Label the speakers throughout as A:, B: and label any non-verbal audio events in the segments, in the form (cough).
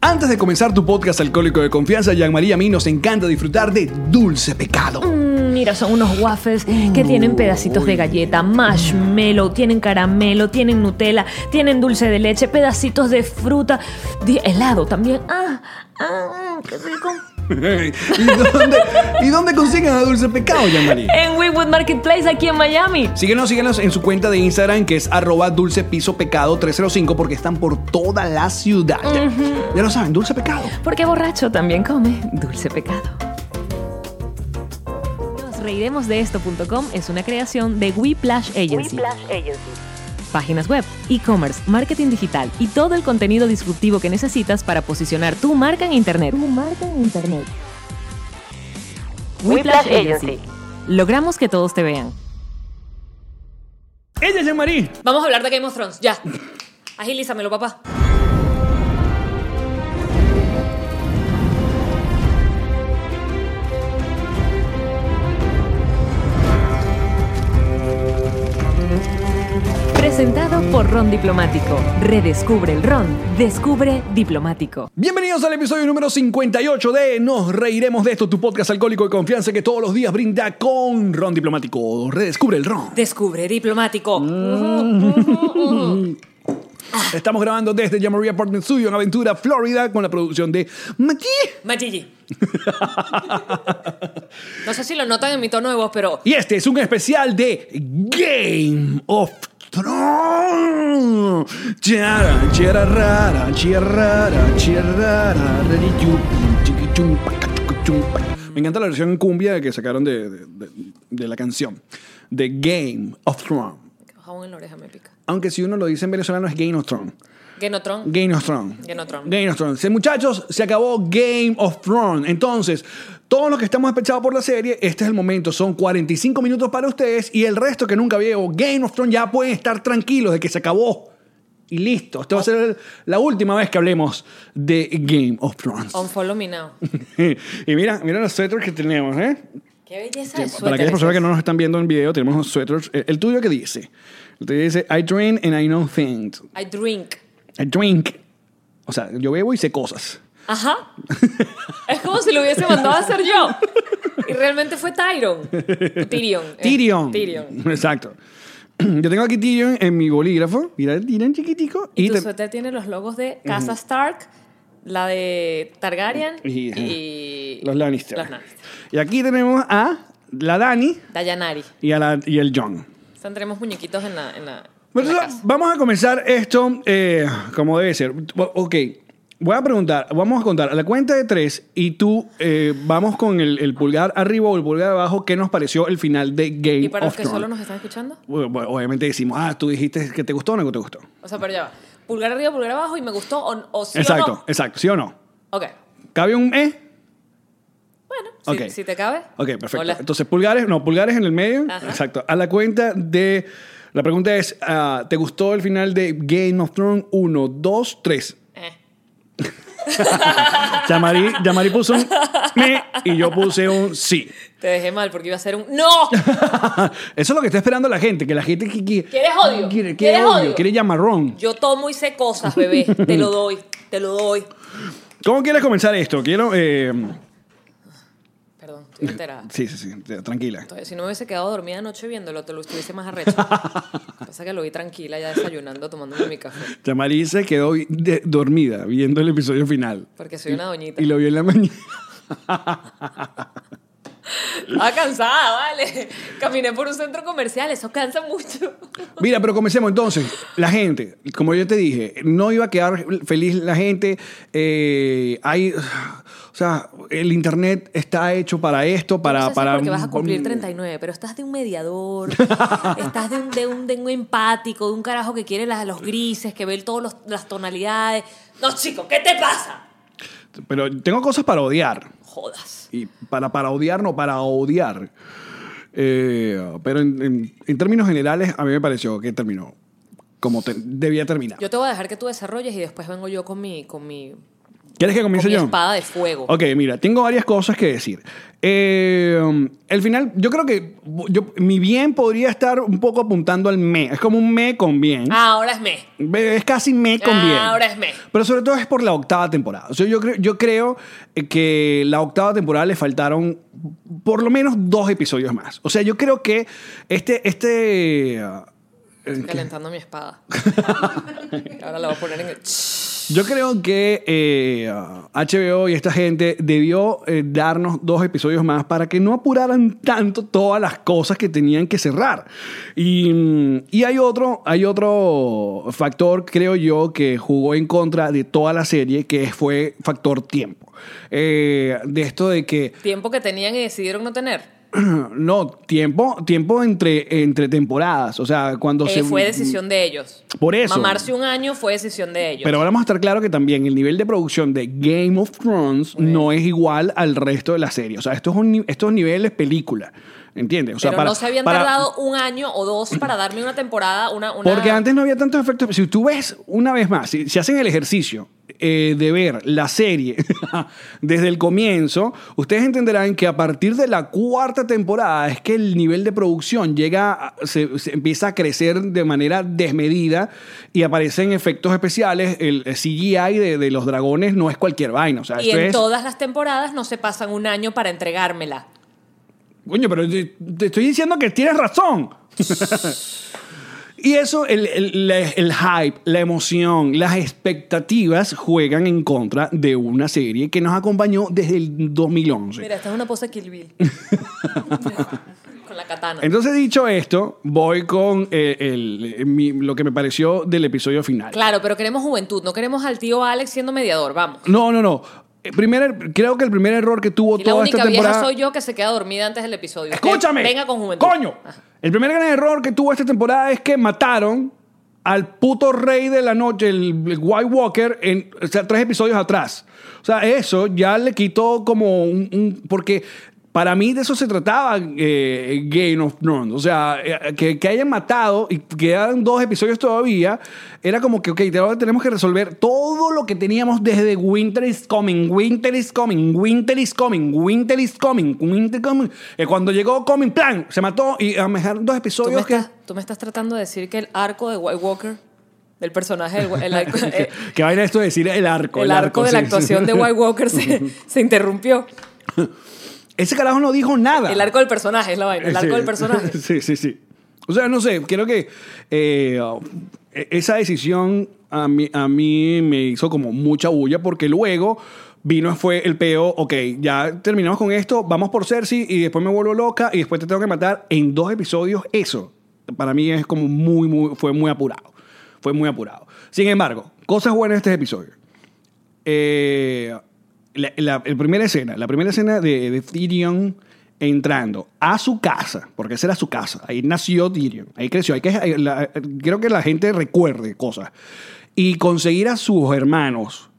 A: Antes de comenzar tu podcast alcohólico de confianza, Jean María, a mí nos encanta disfrutar de Dulce Pecado. (laughs)
B: Mm, Mira, son unos waffles que tienen pedacitos de galleta, marshmallow, tienen caramelo, tienen Nutella, tienen dulce de leche, pedacitos de fruta, di- helado también. ¡Ah! ¡Ah! ¡Qué rico!
A: ¿Y, dónde, ¿Y dónde consiguen a Dulce Pecado, Jean María?
B: En Winwood Marketplace, aquí en Miami.
A: Síguenos, síguenos en su cuenta de Instagram que es arroba dulce piso pecado 305 porque están por toda la ciudad. Ya lo saben, dulce pecado.
B: Porque borracho también come dulce pecado. Nos reiremos de esto.com es una creación de Whiplash Agency. Páginas web, e-commerce, marketing digital y todo el contenido disruptivo que necesitas para posicionar tu marca en Internet. Tu marca en Internet. Whiplash Agency. Logramos que todos te vean.
A: Ella es Jean Marie.
B: Vamos a hablar de Game of Thrones, ya. Agilízamelo, papá. Presentado por Ron Diplomático. Redescubre el Ron. Descubre Diplomático.
A: Bienvenidos al episodio número 58 de Nos Reiremos de esto, tu podcast alcohólico de confianza que todos los días brinda con Ron Diplomático. Redescubre el Ron.
B: Descubre Diplomático. (laughs)
A: Estamos grabando desde Jamaria Apartment Studio en Aventura, Florida, con la producción de Maki.
B: Machilli. No sé si lo notan en mi tono de voz, pero
A: Y este es un especial de Game of Thrones. Chiara, chiara, rara, chiara, rara, chiara, rara, rari, yupi, chiqui, chum, paca, chucu, chum, paca. Me encanta la versión cumbia que sacaron de, de- de- de la canción de Game of Thrones.
B: jabón en la oreja me pica.
A: Aunque si uno lo dice en venezolano es Game of Thrones.
B: Genotron.
A: Game of Thrones.
B: Game of Thrones.
A: Game of Thrones. Sí, muchachos, se acabó Game of Thrones. Entonces, todos los que estamos despechados por la serie, este es el momento. Son 45 minutos para ustedes y el resto que nunca vio Game of Thrones ya pueden estar tranquilos de que se acabó. Y listo. Esta va a ser el- la última vez que hablemos de Game of Thrones.
B: On follow me now.
A: (laughs) y mira, mira los suéteres que tenemos,
B: Ah,
A: ¿eh?
B: Qué belleza de
A: Para aquellas
B: suéteres.
A: personas que no nos están viendo en video, tenemos unos suéteres. El, el tuyo que dice. El tuyo dice, I drink and I know things.
B: I drink.
A: I drink. O sea, yo bebo y sé cosas.
B: Ajá. Es como si lo hubiese mandado a hacer yo. Y realmente fue Tyron. Tyrion. eh,
A: Tyrion.
B: Tyrion.
A: (laughs) Exacto. (clears throat) Yo tengo aquí Tyrion en mi bolígrafo. Mira, Tyrion chiquitico.
B: Y, tu
A: te-
B: suéter tiene los logos de Casa Stark, la de Targaryen
A: Y-
B: y...
A: los Lannister.
B: Los Lannister.
A: Y aquí tenemos a la Dani
B: Dayanari.
A: y, a la- y el John.
B: Tendremos muñequitos en la, en la,
A: Bueno,
B: en la
A: entonces,
B: casa.
A: vamos a comenzar esto eh, como debe ser. Bu- Ok, voy a preguntar, vamos a contar a la cuenta de tres y tú eh, vamos con el, el pulgar arriba o el pulgar abajo. ¿Qué nos pareció el final de Game
B: Y para los
A: of
B: que
A: Thrones?
B: solo nos están escuchando.
A: Bueno, bueno, Obviamente decimos, ah, tú dijiste que te gustó o no que te gustó.
B: O sea, pero ya va. Pulgar arriba, pulgar abajo y me gustó o, o sí
A: exacto,
B: o no.
A: exacto, ¿sí o no?
B: Ok.
A: ¿Cabe un E?
B: Bueno, si,
A: Ok.
B: si te cabe.
A: Ok, perfecto.
B: Hola.
A: Entonces, pulgares, no, pulgares en el medio.
B: Ajá.
A: Exacto. A la cuenta de. La pregunta es: ah, ¿te gustó el final de Game of Thrones 1, 2, 3?
B: Eh.
A: Yamari, Yamari puso un me y yo puse un sí.
B: Te dejé mal porque iba a ser un ¡No!
A: Eso es lo que está esperando la gente, que la gente que, que-
B: ¿Quieres
A: quiere,
B: odio?
A: quiere
B: ¿Quieres
A: odio,
B: odio?
A: quiere llamarrón.
B: Yo tomo y sé cosas, bebé. Te lo doy. Te lo doy.
A: ¿Cómo quieres comenzar esto? Quiero. eh,
B: Perdón, estoy enterada.
A: sí, sí, sí, te- tranquila.
B: Entonces, si no me hubiese quedado dormida anoche viéndolo, te lo estuviese más arrecho. Pasa que lo vi tranquila, ya desayunando, tomándome mi café.
A: Yamari se quedó vi- de- dormida viendo el episodio final
B: Porque soy una doñita.
A: y lo vio en la mañana.
B: Estaba Ah, cansada, vale. Caminé por un centro comercial, eso cansa mucho.
A: Mira, pero comencemos entonces. La gente, como yo te dije, no iba a quedar feliz la gente. Eh, hay, o sea, el internet está hecho para esto, para,
B: no sé si
A: para.
B: porque vas a cumplir 39, pero estás de un mediador, (laughs) estás de un, de un, de un empático, de un carajo que quiere las, los grises, que ve todas las tonalidades. No, chico, ¿qué te pasa?
A: Pero tengo cosas para odiar.
B: Jodas.
A: Y para, para odiar, no para odiar. Eh, pero en, en- en términos generales, a mí me pareció que terminó como te- debía terminar.
B: Yo te voy a dejar que tú desarrolles y después vengo yo con mi, con mi
A: ¿Quieres que
B: Con
A: comience
B: mi
A: yo?
B: espada de fuego.
A: Ok, mira, tengo varias cosas que decir. Eh, el final, yo creo que yo- mi bien podría estar un poco apuntando al me. Es como un me con bien.
B: Ah, ahora es me.
A: Es casi me con bien.
B: Ahora es me.
A: Pero sobre todo es por la octava temporada. O sea, yo creo, yo creo eh, que la octava temporada le faltaron por lo menos dos episodios más. O sea, yo creo que este... este eh,
B: Estoy calentando mi espada. (laughs) ahora la voy a poner en el...
A: Yo creo que eh, HBO y esta gente debió eh, darnos dos episodios más para que no apuraran tanto todas las cosas que tenían que cerrar. Y, mm, y hay, otro, hay otro factor, creo yo, que jugó en contra de toda la serie, que fue factor tiempo. Eh, de esto de que (clears throat)
B: Tiempo que tenían y decidieron no tener.
A: no tiempo tiempo entre entre temporadas o sea cuando
B: Eh,
A: se
B: fue decisión de ellos.
A: mm, Por eso.
B: Mamarse un año fue decisión de ellos.
A: Pero ahora vamos a estar claro que también el nivel de producción de Game of Thrones no es igual al resto de la serie. O sea, esto es un, ni- estos niveles película. ¿Entiendes? O sea,
B: Pero
A: para-
B: no se habían
A: para-
B: tardado un año o dos para darme una temporada, una... una-
A: Porque antes no había tantos efectos. Si tú ves una vez más, si, si hacen el ejercicio eh, de ver la serie (laughs) desde el comienzo, ustedes entenderán que a partir de la cuarta temporada es que el nivel de producción llega, a- se, se empieza a crecer de manera desmedida y aparecen efectos especiales. El CGI de, de los dragones no es cualquier vaina. O sea,
B: Y
A: esto
B: en
A: es-
B: todas las temporadas no se pasan un año para entregármela.
A: Coño, pero te, te estoy diciendo que tienes razón. y eso, el, el- la- el hype, la emoción, las expectativas juegan en contra de una serie que nos acompañó desde el 2011.
B: Mira, esta es una pose Kill Bill. (laughs) Con la katana.
A: Entonces, dicho esto, voy con eh, el- mi- lo que me pareció del episodio final.
B: Claro, pero queremos juventud, no queremos al tío Alex siendo mediador, vamos.
A: No, no, no. Eh, Primer, creo que el primer error que tuvo
B: Y la
A: toda
B: única
A: esta temporada.
B: vieja soy yo que se queda dormida antes del episodio. Usted
A: Escúchame.
B: Venga con juventud. Ah.
A: Coño. El primer gran error que tuvo esta temporada es que mataron al puto rey de la noche, el el White Walker, en o sea, tres episodios atrás. O sea, eso ya le quitó como un... un- porque para mí de eso se trataba eh, Game of Thrones. O sea, eh, que, que hayan matado y quedaran dos episodios todavía, era como que, ok, ahora tenemos que resolver todo lo que teníamos desde Winter is Coming, Winter is Coming, Winter is Coming, Winter is Coming, Winter Coming. Eh, cuando llegó Coming Plan, se mató y a lo mejor dos
B: ¿Tú me,
A: episodios que...
B: estás, tú me estás tratando de decir que el arco de White Walker, del personaje
A: (laughs)
B: del el arco, eh,
A: Que, que vaina esto de decir el arco.
B: el arco de la
A: sí, sí.
B: actuación de White
A: (laughs)
B: Walker se, se interrumpió.
A: Ese carajo no dijo nada.
B: El arco del personaje es la vaina, el arco
A: Eh, Sí. (laughs)
B: del personaje.
A: Sí, sí, sí. O sea, no sé, creo que eh, esa decisión a mí, a mí me hizo como mucha bulla porque luego vino fue el peo, ok, ya terminamos con esto, vamos por Cersei y después me vuelvo loca y después te tengo que matar en dos episodios. Eso para mí es como muy, muy, fue muy apurado. Fue muy apurado. Sin embargo, cosas buenas de este episodio. Eh, la, la- la primera escena, la primera escena de, de Tyrion entrando a su casa, porque esa era su casa, ahí nació Tyrion, ahí creció, hay que, hay- la- creo que la gente recuerde cosas, y conseguir a sus hermanos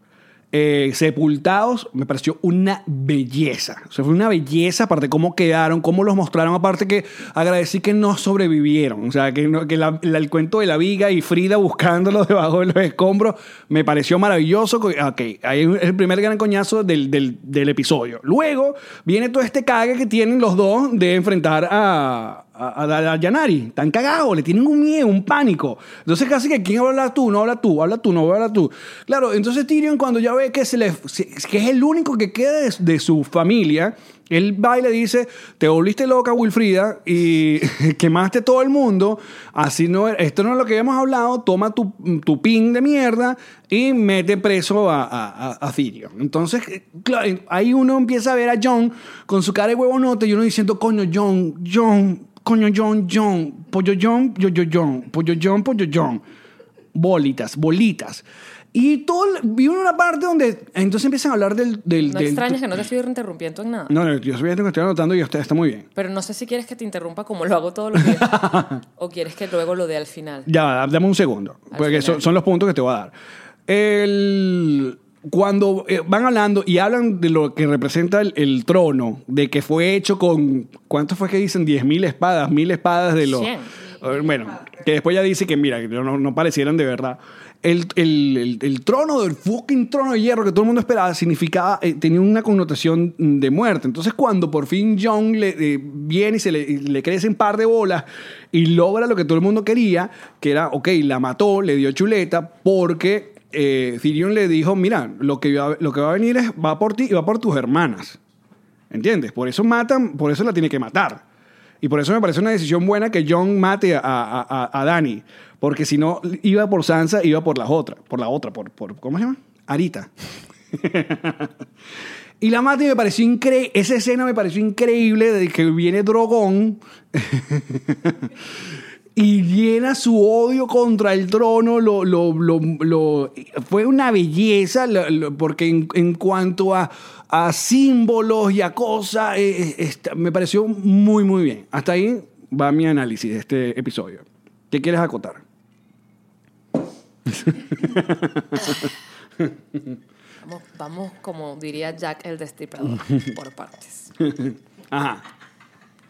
A: eh, sepultados me pareció una belleza, o sea, fue una belleza aparte cómo quedaron, cómo los mostraron, aparte que agradecí que no sobrevivieron, o sea, que, no- que la- la- el cuento de la viga y Frida buscándolos (laughs) debajo de los escombros me pareció maravilloso. Ok, ahí es el primer gran coñazo del, del- del episodio. Luego viene todo este cague que tienen los dos de enfrentar a, a, a, Dal- a Yanari. Están cagados, le tienen un miedo, un pánico. Entonces casi que, ¿quién habla tú? No habla tú, habla tú, no habla tú. Claro, entonces Tyrion cuando ya ve que, se le, se- que es el único que queda de, de su familia, él va y le dice, te volviste loca, Wilfrida, y (laughs) quemaste todo el mundo, así no, era- esto no es lo que habíamos hablado, toma tu, tu pin de mierda y mete preso a, a, a- a Tyrion. Entonces, eh, claro, ahí uno empieza a ver a John con su cara de huevonote y uno diciendo, coño, John, John, coño, John, John, pollo John, yo, yo, John, pollo John, pollo John bolitas, bolitas. Y todo, el- vi una parte donde entonces empiezan a hablar del... del,
B: No
A: del-
B: extrañas que no te estoy interrumpiendo en nada.
A: No, no, yo estoy estoy anotando y está, está muy bien.
B: Pero no sé si quieres que te interrumpa como lo hago todos los
A: (laughs)
B: días. o quieres que luego lo dé al final.
A: Ya, va, dame un segundo,
B: Al
A: porque
B: final.
A: son, son los puntos que te voy a dar. El- cuando eh, van hablando y hablan de lo que representa el, el trono, de que fue hecho con, ¿cuánto fue que dicen? 10.000 espadas, 1.000 espadas de los...
B: Cien.
A: Eh, Bueno, que después ya dice que mira, que no, no parecieran de verdad. el, el- el- el trono del fucking trono de hierro que todo el mundo esperaba significaba, eh, tenía una connotación de muerte. Entonces, cuando por fin John le, eh, viene y se le, y le crecen par de bolas y logra lo que todo el mundo quería, que era, ok, la mató, le dio chuleta, porque eh, Tyrion le dijo, mira, lo que, va- lo que va a venir es, va por ti y va por tus hermanas. ¿Entiendes? Por eso matan, por eso la tiene que matar. Y por eso me parece una decisión buena que John mate a, a, a- a Dani. Porque si no, iba por Sansa, iba por la otra. Por la otra, por, por ¿cómo se llama? Arita. y la mata y me pareció increíble. Esa escena me pareció increíble de que viene Drogón y llena su odio contra el trono. Lo, lo- lo- lo- fue una belleza, lo- lo- porque en, en cuanto a, a símbolos y a cosas, eh, eh, está- me pareció muy, muy bien. Hasta ahí va mi análisis de este episodio. ¿Qué quieres acotar?
B: Vamos, vamos, como diría Jack el Destripador, por partes.
A: Ajá,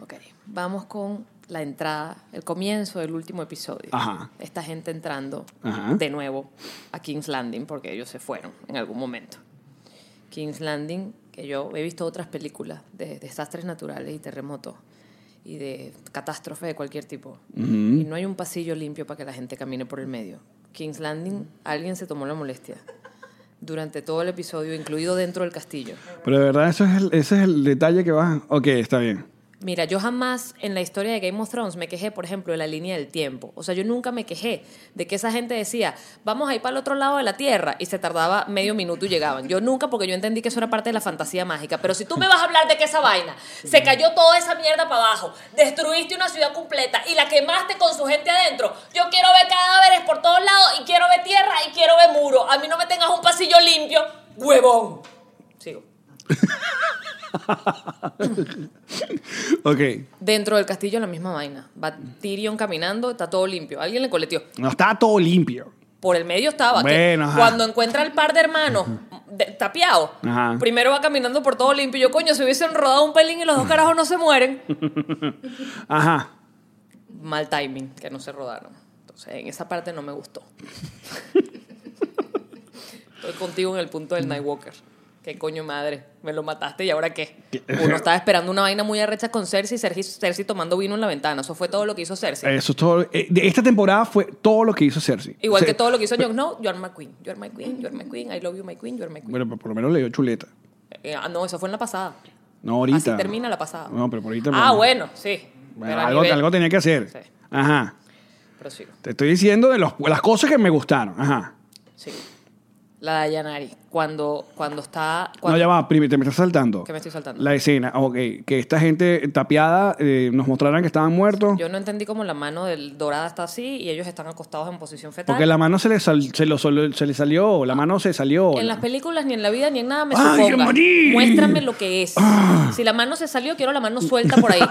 B: Ok, vamos con la entrada, el comienzo del último episodio.
A: Ajá.
B: Esta gente entrando
A: Ajá.
B: de nuevo a King's Landing porque ellos se fueron en algún momento. King's Landing, que yo he visto otras películas de desastres naturales y terremotos y de catástrofe de cualquier tipo. Y no hay un pasillo limpio para que la gente camine por el medio. King's Landing, alguien se tomó la molestia durante todo el episodio, incluido dentro del castillo.
A: pero de verdad eso es el, ese es el detalle que va. Ok, está bien.
B: Mira, yo jamás en la historia de Game of Thrones me quejé, por ejemplo, de la línea del tiempo. O sea, yo nunca me quejé de que esa gente decía, vamos a ir para el otro lado de la Tierra y se tardaba medio minuto y llegaban. Yo nunca, porque yo entendí que eso era parte de la fantasía mágica. Pero si tú me vas a hablar de que esa vaina se cayó toda esa mierda para abajo, destruiste una ciudad completa y la quemaste con su gente adentro, yo quiero ver cadáveres por todos lados y quiero ver tierra y quiero ver muro. A mí no me tengas un pasillo limpio, huevón. Sigo.
A: Ok,
B: Dentro del castillo la misma vaina. Va Tyrion caminando, está todo limpio. Alguien le coleteó.
A: no está todo limpio.
B: Por el medio estaba. que
A: Bueno, ajá.
B: cuando encuentra el par de hermanos de- tapiados,
A: Ajá.
B: primero va caminando por todo limpio. Yo, coño, si hubiesen rodado un pelín y los dos carajos no se mueren.
A: Ajá.
B: Mal timing, que no se rodaron. Entonces, en esa parte no me gustó. Estoy contigo en el punto del Nightwalker. Qué coño madre, me lo mataste y ahora qué. Uno estaba esperando una vaina muy arrecha con Cersei y Cersei, Cersei tomando vino en la ventana. Eso fue todo lo que hizo Cersei.
A: Eso es todo. eh, de esta temporada fue todo lo que hizo Cersei.
B: Igual
A: O sea,
B: que todo lo que hizo Jon Snow, you are my queen, you are my queen, you are my queen, I love you, my queen, you are my queen.
A: Bueno, pero por lo menos le dio chuleta.
B: Eh, ah, no, eso fue en la pasada.
A: No, ahorita.
B: Así termina la pasada.
A: No, pero por ahorita.
B: Ah,
A: pero-
B: bueno, sí.
A: Bueno,
B: Pero a
A: algo,
B: nivel-
A: algo tenía que hacer.
B: Sí.
A: Ajá.
B: Pero sigo,
A: Te estoy diciendo de los- las cosas que me gustaron. Ajá.
B: sigo. La de Yanari, cuando, cuando está...
A: No,
B: Cuando,
A: ya va, primero, te me estás saltando.
B: ¿Qué me estoy saltando?
A: La escena, ok. Que esta gente tapiada eh, nos mostraran que estaban muertos.
B: Yo no entendí cómo la mano del dorada está así y ellos están acostados en posición fetal.
A: Porque la mano se le, sal- se, lo- se lo- se le salió, la mano se salió.
B: En las películas, ni en la vida, ni en nada me
A: ¡Ay, Ah.
B: suponga.
A: Jean-Marie!
B: Muéstrame lo que es. Si la mano se salió, quiero la mano suelta por ahí.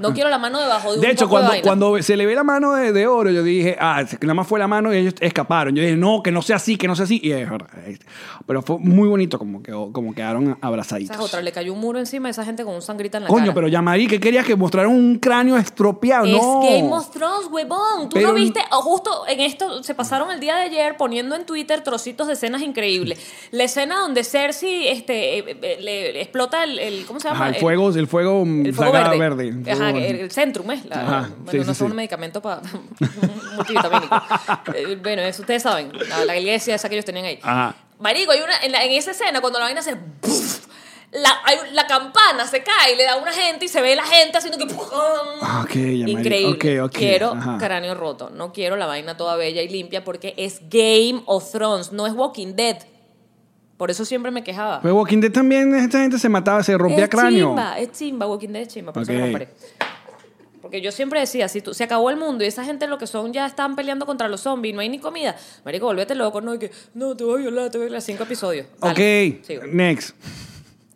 B: No quiero la mano debajo de un
A: De hecho,
B: poco de
A: cuando,
B: vaina.
A: cuando se le ve la mano de, de oro, yo dije, ah, es que nada más fue la mano y ellos escaparon. Yo dije, no, que no sea así, que no sea así. Y es verdad. es- Pero fue muy bonito como, quedó- como quedaron abrazaditos.
B: Esa es otra, le cayó un muro encima a esa gente con un sangrita en la
A: Coño,
B: cara.
A: pero Yamari, que querías que mostraran un cráneo estropeado?
B: Es
A: no.
B: Game of Thrones, huevón. Tú
A: Pero-
B: no viste, o justo en esto se pasaron el día de ayer poniendo en Twitter trocitos de escenas increíbles. La escena donde Cersei este, eh, eh, le le explota el, el- ¿cómo se llama?
A: Ajá, el fuego, el fuego,
B: el fuego
A: sagrado
B: verde.
A: verde. el
B: Ajá,
A: fuego
B: el,
A: verde.
B: el Centrum es. La,
A: Ajá,
B: bueno,
A: sí,
B: no
A: sí,
B: es
A: sí.
B: un medicamento (laughs) para multivitamínico. Eh, bueno, eso ustedes saben, la, la iglesia esa que ellos tenían ahí.
A: Ajá.
B: Marico, hay una, en, la- en esa escena, cuando la vaina se... ¡puf! la, hay- la campana se cae y le da a una gente y se ve la gente haciendo que... ¡puf!
A: Ah, ok, ya, Mari.
B: Increíble.
A: Ok, ok,
B: Quiero
A: ajá.
B: cráneo roto. No quiero la vaina toda bella y limpia porque es Game of Thrones, no es Walking Dead. Por eso siempre me quejaba.
A: Pero Walking Dead también, esta gente se mataba, se rompía
B: es
A: cráneo.
B: chimba, es chimba, Walking Dead es chimba, por
A: Ok.
B: eso me la paré. Porque yo siempre decía, si tú, se acabó el mundo y esa gente lo que son ya están peleando contra los zombies, no hay ni comida. Marico, volvete loco, no, y que, no, te voy a violar, te voy a violar cinco episodios.
A: Ok,
B: Dale, sigo.
A: next.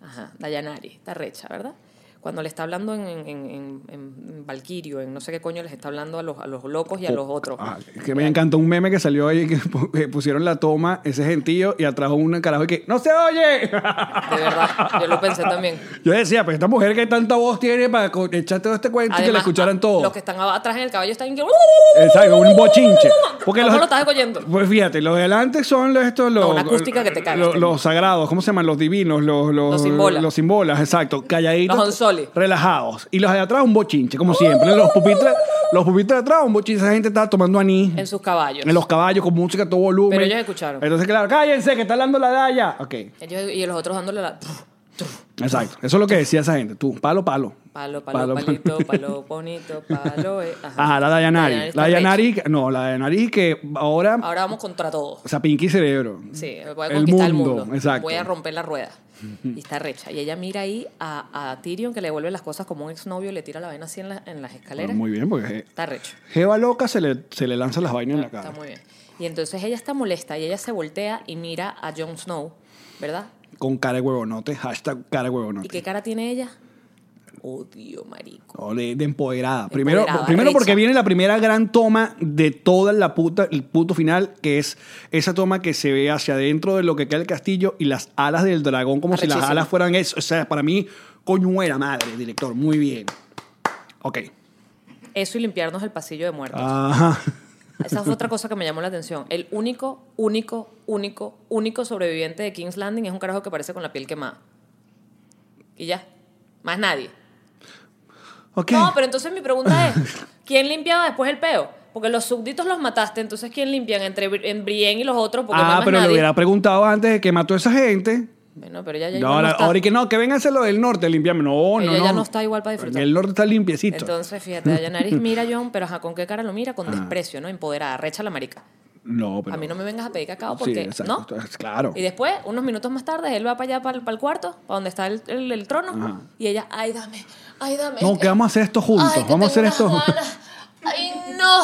B: Ajá, Dayanari, está recha, ¿verdad? cuando le está hablando en, en, en, en Valkyrio, en no sé qué coño, les está hablando a los, a los locos y a los otros.
A: Ah, que me encantó un meme que salió ahí que pu- que pusieron la toma, ese gentío, y atrás un carajo y que ¡No se oye!
B: De verdad, yo lo pensé también.
A: Yo decía, pues esta mujer que tanta voz tiene para co- echar todo este cuento y que la escucharan
B: a-
A: todos.
B: Los ah, que están atrás en el caballo
A: (laughs)
B: están que...
A: Exacto, Eh, un bochinche. Porque
B: ¿Cómo
A: los,
B: lo estás oyendo?
A: Pues fíjate, los de adelante son los, estos los.
B: No, una acústica que te cagas,
A: Los,
B: te-
A: los sagrados, ¿cómo se llaman? Los divinos, los. Los,
B: Los simbolas.
A: Los simbolas, exacto. Calladitos.
B: Los anzoles.
A: Relajados. Y los de atrás, un bochinche, como siempre. Los pupitres, los pupitres de atrás, un bochinche. Esa gente está tomando anís.
B: En sus caballos.
A: En los caballos, con música a todo volumen.
B: Pero ellos escucharon.
A: Entonces, claro, cállense, que está hablando la Daya. Ok,
B: Ellos- y los otros dándole la...
A: exacto. Eso es lo que decía esa gente. Tú, palo, palo.
B: Palo,
A: (laughs)
B: palo, palito, palo, bonito, palo... eh,
A: Ajá, la Dayanari.
B: está
A: La
B: recha.
A: Dayanari, no, la Dayanari que ahora
B: Ahora vamos contra todo.
A: O sea, Pinky Cerebro.
B: Sí, voy a conquistar el mundo.
A: Exacto.
B: Voy a romper la
A: (laughs)
B: rueda. Y está recha. Y ella mira ahí a, a Tyrion que le devuelve las cosas como un exnovio le tira la vaina así en, la- en las
A: Bueno,
B: escaleras.
A: muy bien, porque je-
B: Está recho.
A: Jeva loca se le, se le lanza las vainas en la
B: Está
A: cara.
B: muy bien. Y entonces ella está molesta y ella se voltea y mira a Jon Snow, ¿verdad?
A: Con cara de huevonote, hashtag cara de
B: ¿Y qué
A: huevonote.
B: cara tiene ella? Odio, marico.
A: O de, de empoderada. Primero,
B: Empoderada,
A: primero
B: recha.
A: porque viene la primera gran toma de toda la puta, el puto final, que es esa toma que se ve hacia adentro de lo que queda el castillo y las alas del dragón, como si las
B: Arrechísimo.
A: alas fueran eso. O sea, para mí, coñuela madre, director. Muy bien. Ok.
B: Eso y limpiarnos el pasillo de muertos.
A: Ajá.
B: Esa fue otra cosa que me llamó la atención. El único, único, único, único sobreviviente de King's Landing es un carajo que aparece con la piel quemada. Y ya. Más nadie.
A: Ok.
B: No, pero entonces mi pregunta es, ¿quién limpiaba después el peo? Porque los súbditos los mataste, entonces ¿quién limpian entre Bri- en Brienne y los otros? Porque no hay
A: ah,
B: más
A: pero le
B: nadie.
A: hubiera preguntado antes de que mató a esa gente.
B: Bueno, pero ya,
A: No,
B: ya igual no
A: ahora,
B: está.
A: ahora y que no, que vénganse lo del norte, limpiame. No, no,
B: Ella
A: no.
B: ya no está igual para disfrutar.
A: El norte está limpiecito.
B: Entonces, fíjate, Dayanaris mira a John, pero ajá, ¿con qué cara lo mira? Con desprecio, ¿no? Empoderada, recha la marica.
A: no, pero.
B: a mí no me vengas a pedir cacao
A: Sí,
B: porque,
A: exacto,
B: ¿no?
A: entonces, claro.
B: Y después, unos minutos más tarde, él va para allá, para, el- para el cuarto, para donde está el, el- el trono,
A: Ajá.
B: y ella, ay, dame, ay, dame.
A: No,
B: es
A: que vamos a hacer esto juntos,
B: ay, que
A: vamos a hacer
B: tengo
A: esto
B: unas
A: juntos.
B: ganas. Ay, no,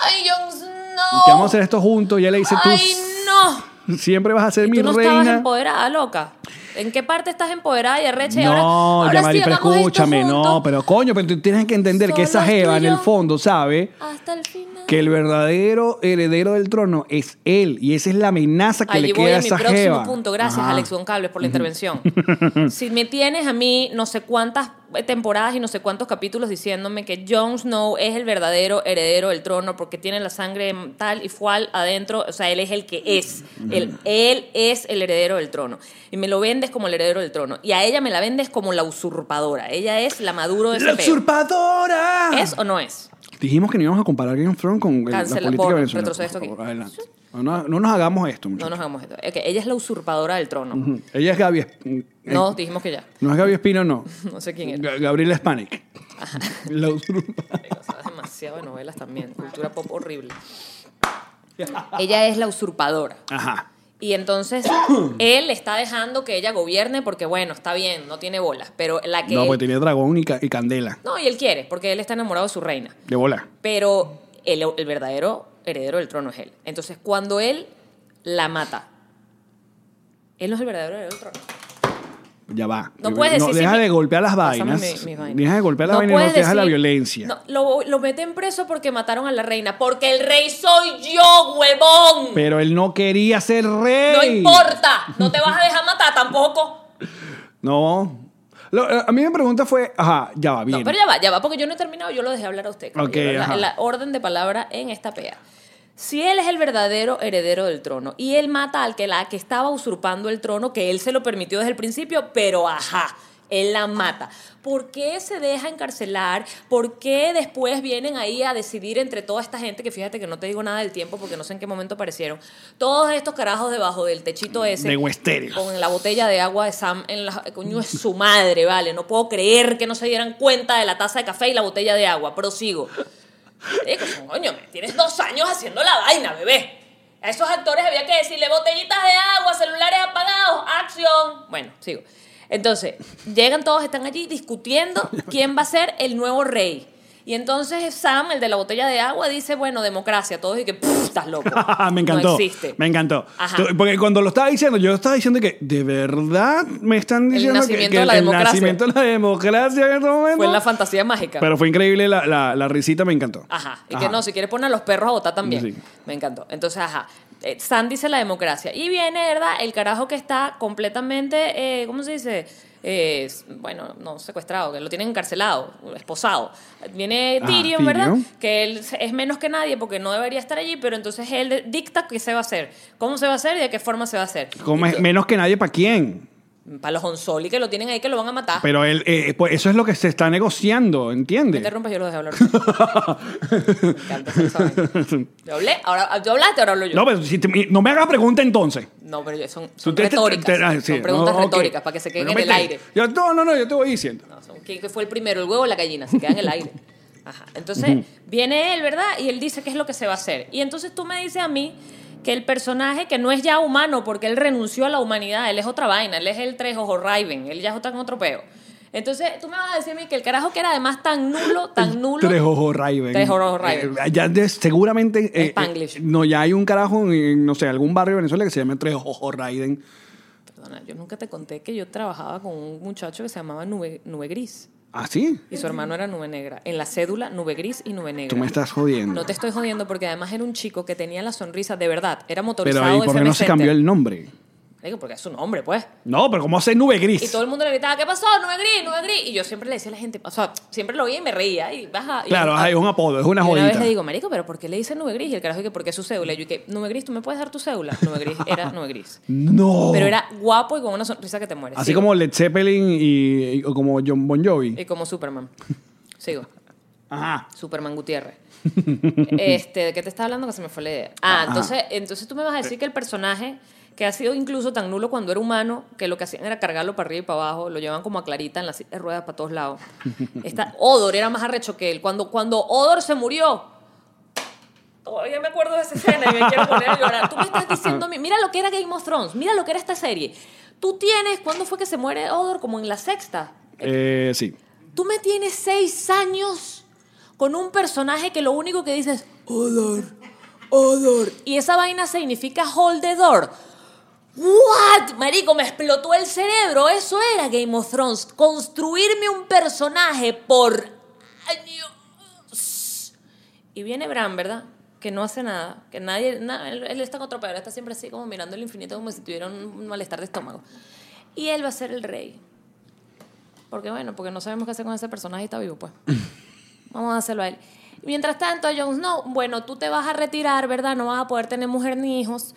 B: ay, Jones, no.
A: Que vamos a hacer esto juntos. Y ella le dice, tú
B: Ay, no.
A: siempre vas a ser
B: ¿Y
A: mi
B: tú no estabas
A: reina.
B: empoderada, loca? ¿En qué parte estás empoderada y arrecha? y
A: No,
B: ahora, ahora
A: Yamari,
B: sí,
A: pero
B: hagamos esto
A: escúchame, no,
B: juntos
A: pero coño, pero tú tienes que entender que
B: Solo
A: esa
B: es
A: jeva en
B: tuyo.
A: el fondo sabe
B: Hasta el final.
A: que el verdadero heredero del trono es él y esa es la amenaza que
B: Allí
A: le
B: voy
A: queda a
B: a mi
A: esa
B: próximo
A: jeva.
B: punto. Gracias,
A: Ajá.
B: Alex Goncalves, por la intervención.
A: (laughs)
B: si me tienes a mí no sé cuántas temporadas y no sé cuántos capítulos diciéndome que Jon Snow es el verdadero heredero del trono porque tiene la sangre tal y cual adentro, o sea, él es el que es. Él, él es el heredero del trono. Y me lo vendes como el heredero del trono. Y a ella me la vendes como la usurpadora. Ella es la maduro de ese
A: ¡La ah.
B: peo.
A: usurpadora!
B: ¿Es o no es?
A: Dijimos que no íbamos a comparar Game of Thrones con el-
B: Cancela,
A: la política
B: borra,
A: venezolana.
B: retrocede esto
A: Por favor,
B: aquí.
A: adelante. No, no- no nos hagamos esto,
B: No
A: muchachos.
B: nos hagamos esto. Ok, ella es la usurpadora del trono.
A: Ella es Gaby. Esp- eh,
B: No, dijimos que ya. (laughs)
A: no es Gaby Espino, no.
B: No sé quién es.
A: Ga- Gabriela Spanik. La usurpadora.
B: Marico, sabes demasiado de novelas también. Cultura pop horrible. Ella es la usurpadora.
A: Ajá.
B: Y entonces él está dejando que ella gobierne porque, bueno, está bien, no tiene bolas. Pero la que.
A: No, pues,
B: él-
A: porque tenía dragón y, ca- y candela.
B: No, y él quiere, porque él está enamorado de su reina.
A: De bola.
B: Pero el, el verdadero heredero del trono es él. Entonces, cuando él la mata, él no es el verdadero heredero del trono.
A: Ya va.
B: No puedes decir.
A: deja
B: sí,
A: de
B: mi-
A: golpear las
B: Pásame
A: vainas.
B: mi- mis vainas.
A: Deja de golpear las
B: No
A: vainas y no
B: puedes
A: te deja la
B: decir-
A: violencia.
B: no, lo, lo meten preso porque mataron a la reina. Porque el rey soy yo, huevón.
A: Pero él no quería ser rey.
B: No importa. No te vas a dejar matar tampoco.
A: No. Lo- eh, a mí me pregunta fue, ajá, ya va, bien.
B: No, pero ya va, ya va, porque yo no he terminado, yo lo dejé hablar a usted. caballero.
A: Ok,
B: La-
A: ajá.
B: la, orden de palabra en esta pea. Si él es el verdadero heredero del trono y él mata al que la que estaba usurpando el trono, que él se lo permitió desde el principio, pero ajá, él la mata. ¿Por qué se deja encarcelar? ¿Por qué después vienen ahí a decidir entre toda esta gente que fíjate que no te digo nada del tiempo porque no sé en qué momento aparecieron? Todos estos carajos debajo del techito ese
A: De Westeros.
B: con la botella de agua de Sam en la coño es su madre, vale, no puedo creer que no se dieran cuenta de la taza de café y la botella de agua, prosigo. Marico, son, coño, me tienes dos años haciendo la vaina, bebé. A esos actores había que decirle botellitas de agua, celulares apagados, acción. Bueno, sigo. Entonces, llegan todos, están allí discutiendo quién va a ser el nuevo rey. Y entonces Sam, el de la botella de agua, dice, bueno, democracia, todos y que, "Pff, estás loco.
A: (laughs) me encantó.
B: No existe.
A: Me encantó.
B: Ajá.
A: Tú- Porque cuando lo estaba diciendo, yo estaba diciendo que de verdad me están diciendo que- que,
B: nacimiento de la
A: el
B: democracia.
A: nacimiento de la democracia en este momento.
B: Fue en la fantasía mágica.
A: Pero fue increíble la, la, la risita, me encantó.
B: Ajá. Y que no, si quieres poner a los perros a votar también.
A: Sí.
B: Me encantó. Entonces, ajá. Eh, Sam dice la democracia. Y viene, ¿verdad? El carajo que está completamente, eh, ¿cómo se dice? Eh, s- bueno, no secuestrado, que lo tienen encarcelado, esposado. Viene
A: Ah,
B: Tyrion,
A: Tyrion.
B: ¿verdad? Que él es menos que nadie porque no debería estar allí, pero entonces él de- dicta qué se va a hacer, cómo se va a hacer y de qué forma se va a hacer.
A: Como es- menos que nadie para quién.
B: Para los Onsoli que lo tienen ahí que lo van a matar.
A: Pero él, eh, pues eso es lo que se está negociando,
B: Me
A: ¿entiendes?
B: interrumpas, yo lo dejé
A: (laughs)
B: hablar. Me encanta hacer esa vaina. Yo hablé, ahora tú hablaste, ahora hablo yo.
A: No, pero si te- no me hagas pregunta entonces.
B: No, pero yo- son,
A: Tú
B: son
A: te- te-
B: retóricas.
A: te- ah, sí,
B: son preguntas
A: no, ok.
B: retóricas para que se queden
A: Pero
B: en
A: me
B: el
A: te-
B: aire.
A: Yo- no, no, no, yo te voy diciendo.
B: No, son- ¿Quién fue el primero, el huevo o la gallina? Se
A: (laughs)
B: quedan en el aire. Ajá. Entonces viene él, ¿verdad? Y él dice qué es lo que se va a hacer. Y entonces tú me dices a mí que el personaje que no es ya humano porque él renunció a la humanidad, él es otra vaina, él es el tres ojos Raven, él ya es otro, otro peo. Entonces tú me vas a decir a mí que el carajo que era además tan nulo, tan nulo.
A: Tres ojos Raven.
B: Tres ojos Raven.
A: Eh, ya de- seguramente. eh,
B: Spanglish.
A: eh, no, ya hay un carajo en, en, no sé, algún barrio de Venezuela que se llama Tres ojos Raven.
B: Perdona, yo nunca te conté que yo trabajaba con un muchacho que se llamaba Nube, Nube Gris.
A: ¿Ah, sí?
B: Y su hermano era nube negra. En la cédula, nube gris y nube negra.
A: Tú me estás jodiendo.
B: No te estoy jodiendo porque además era un chico que tenía la sonrisa de verdad. Era motorizado.
A: pero ¿y
B: de
A: por qué no se
B: Feme
A: cambió
B: Center.
A: el nombre?
B: Marico, porque es su nombre, pues.
A: No, pero ¿cómo hace nube
B: Y
A: gris?
B: todo el mundo le gritaba, ¿qué pasó? Nube gris, nube gris. Y yo siempre le decía a la gente, o sea, siempre lo oía y me reía. Y baja. y-
A: Claro, ajá, es un apodo, es una
B: y Una
A: jodita.
B: vez le digo, Marico, ¿pero por qué le dice nube gris? Y el carajo, que ¿por qué su cédula? Y yo, que Nube gris, ¿tú me puedes dar tu cédula? Nube gris era nube gris.
A: No.
B: Pero era guapo y con una sonrisa que te mueres.
A: Oh. Así
B: Sigo.
A: como Led Zeppelin y, y- o como John Bon Jovi.
B: Y como Superman. Sigo.
A: Ajá.
B: Superman Gutiérrez. este, ¿De qué te estaba hablando que se me fue la idea? Ah,
A: Ajá.
B: entonces, entonces tú me vas a decir que el personaje que ha sido incluso tan nulo cuando era humano que lo que hacían era cargarlo para arriba y para abajo, lo llevaban como a Clarita en las sillas de ruedas para todos lados. Esta, Odor era más arrecho que él. Cuando, cuando Odor se murió, todavía me acuerdo de esa escena y me quiero poner a llorar. Tú me estás diciendo a mí, mira lo que era Game of Thrones, mira lo que era esta serie. Tú tienes, ¿cuándo fue que se muere Odor? Como en la sexta.
A: Eh, sí.
B: Tú me tienes seis años con un personaje que lo único que dices es odor, odor. Y esa vaina significa hold the door. ¿What? Marico, me explotó el cerebro. Eso era Game of Thrones. Construirme un personaje por años. Y viene Bran, ¿verdad? Que no hace nada. Que nadie. na- él, él está con otro pedo, Está siempre así como mirando el infinito como si tuviera un- un malestar de estómago. Y él va a ser el rey. Porque bueno, porque no sabemos qué hacer con ese personaje y está vivo, pues. Vamos a hacerlo a él. Mientras tanto, a Jon Snow, bueno, tú te vas a retirar, ¿verdad? No vas a poder tener mujer ni hijos.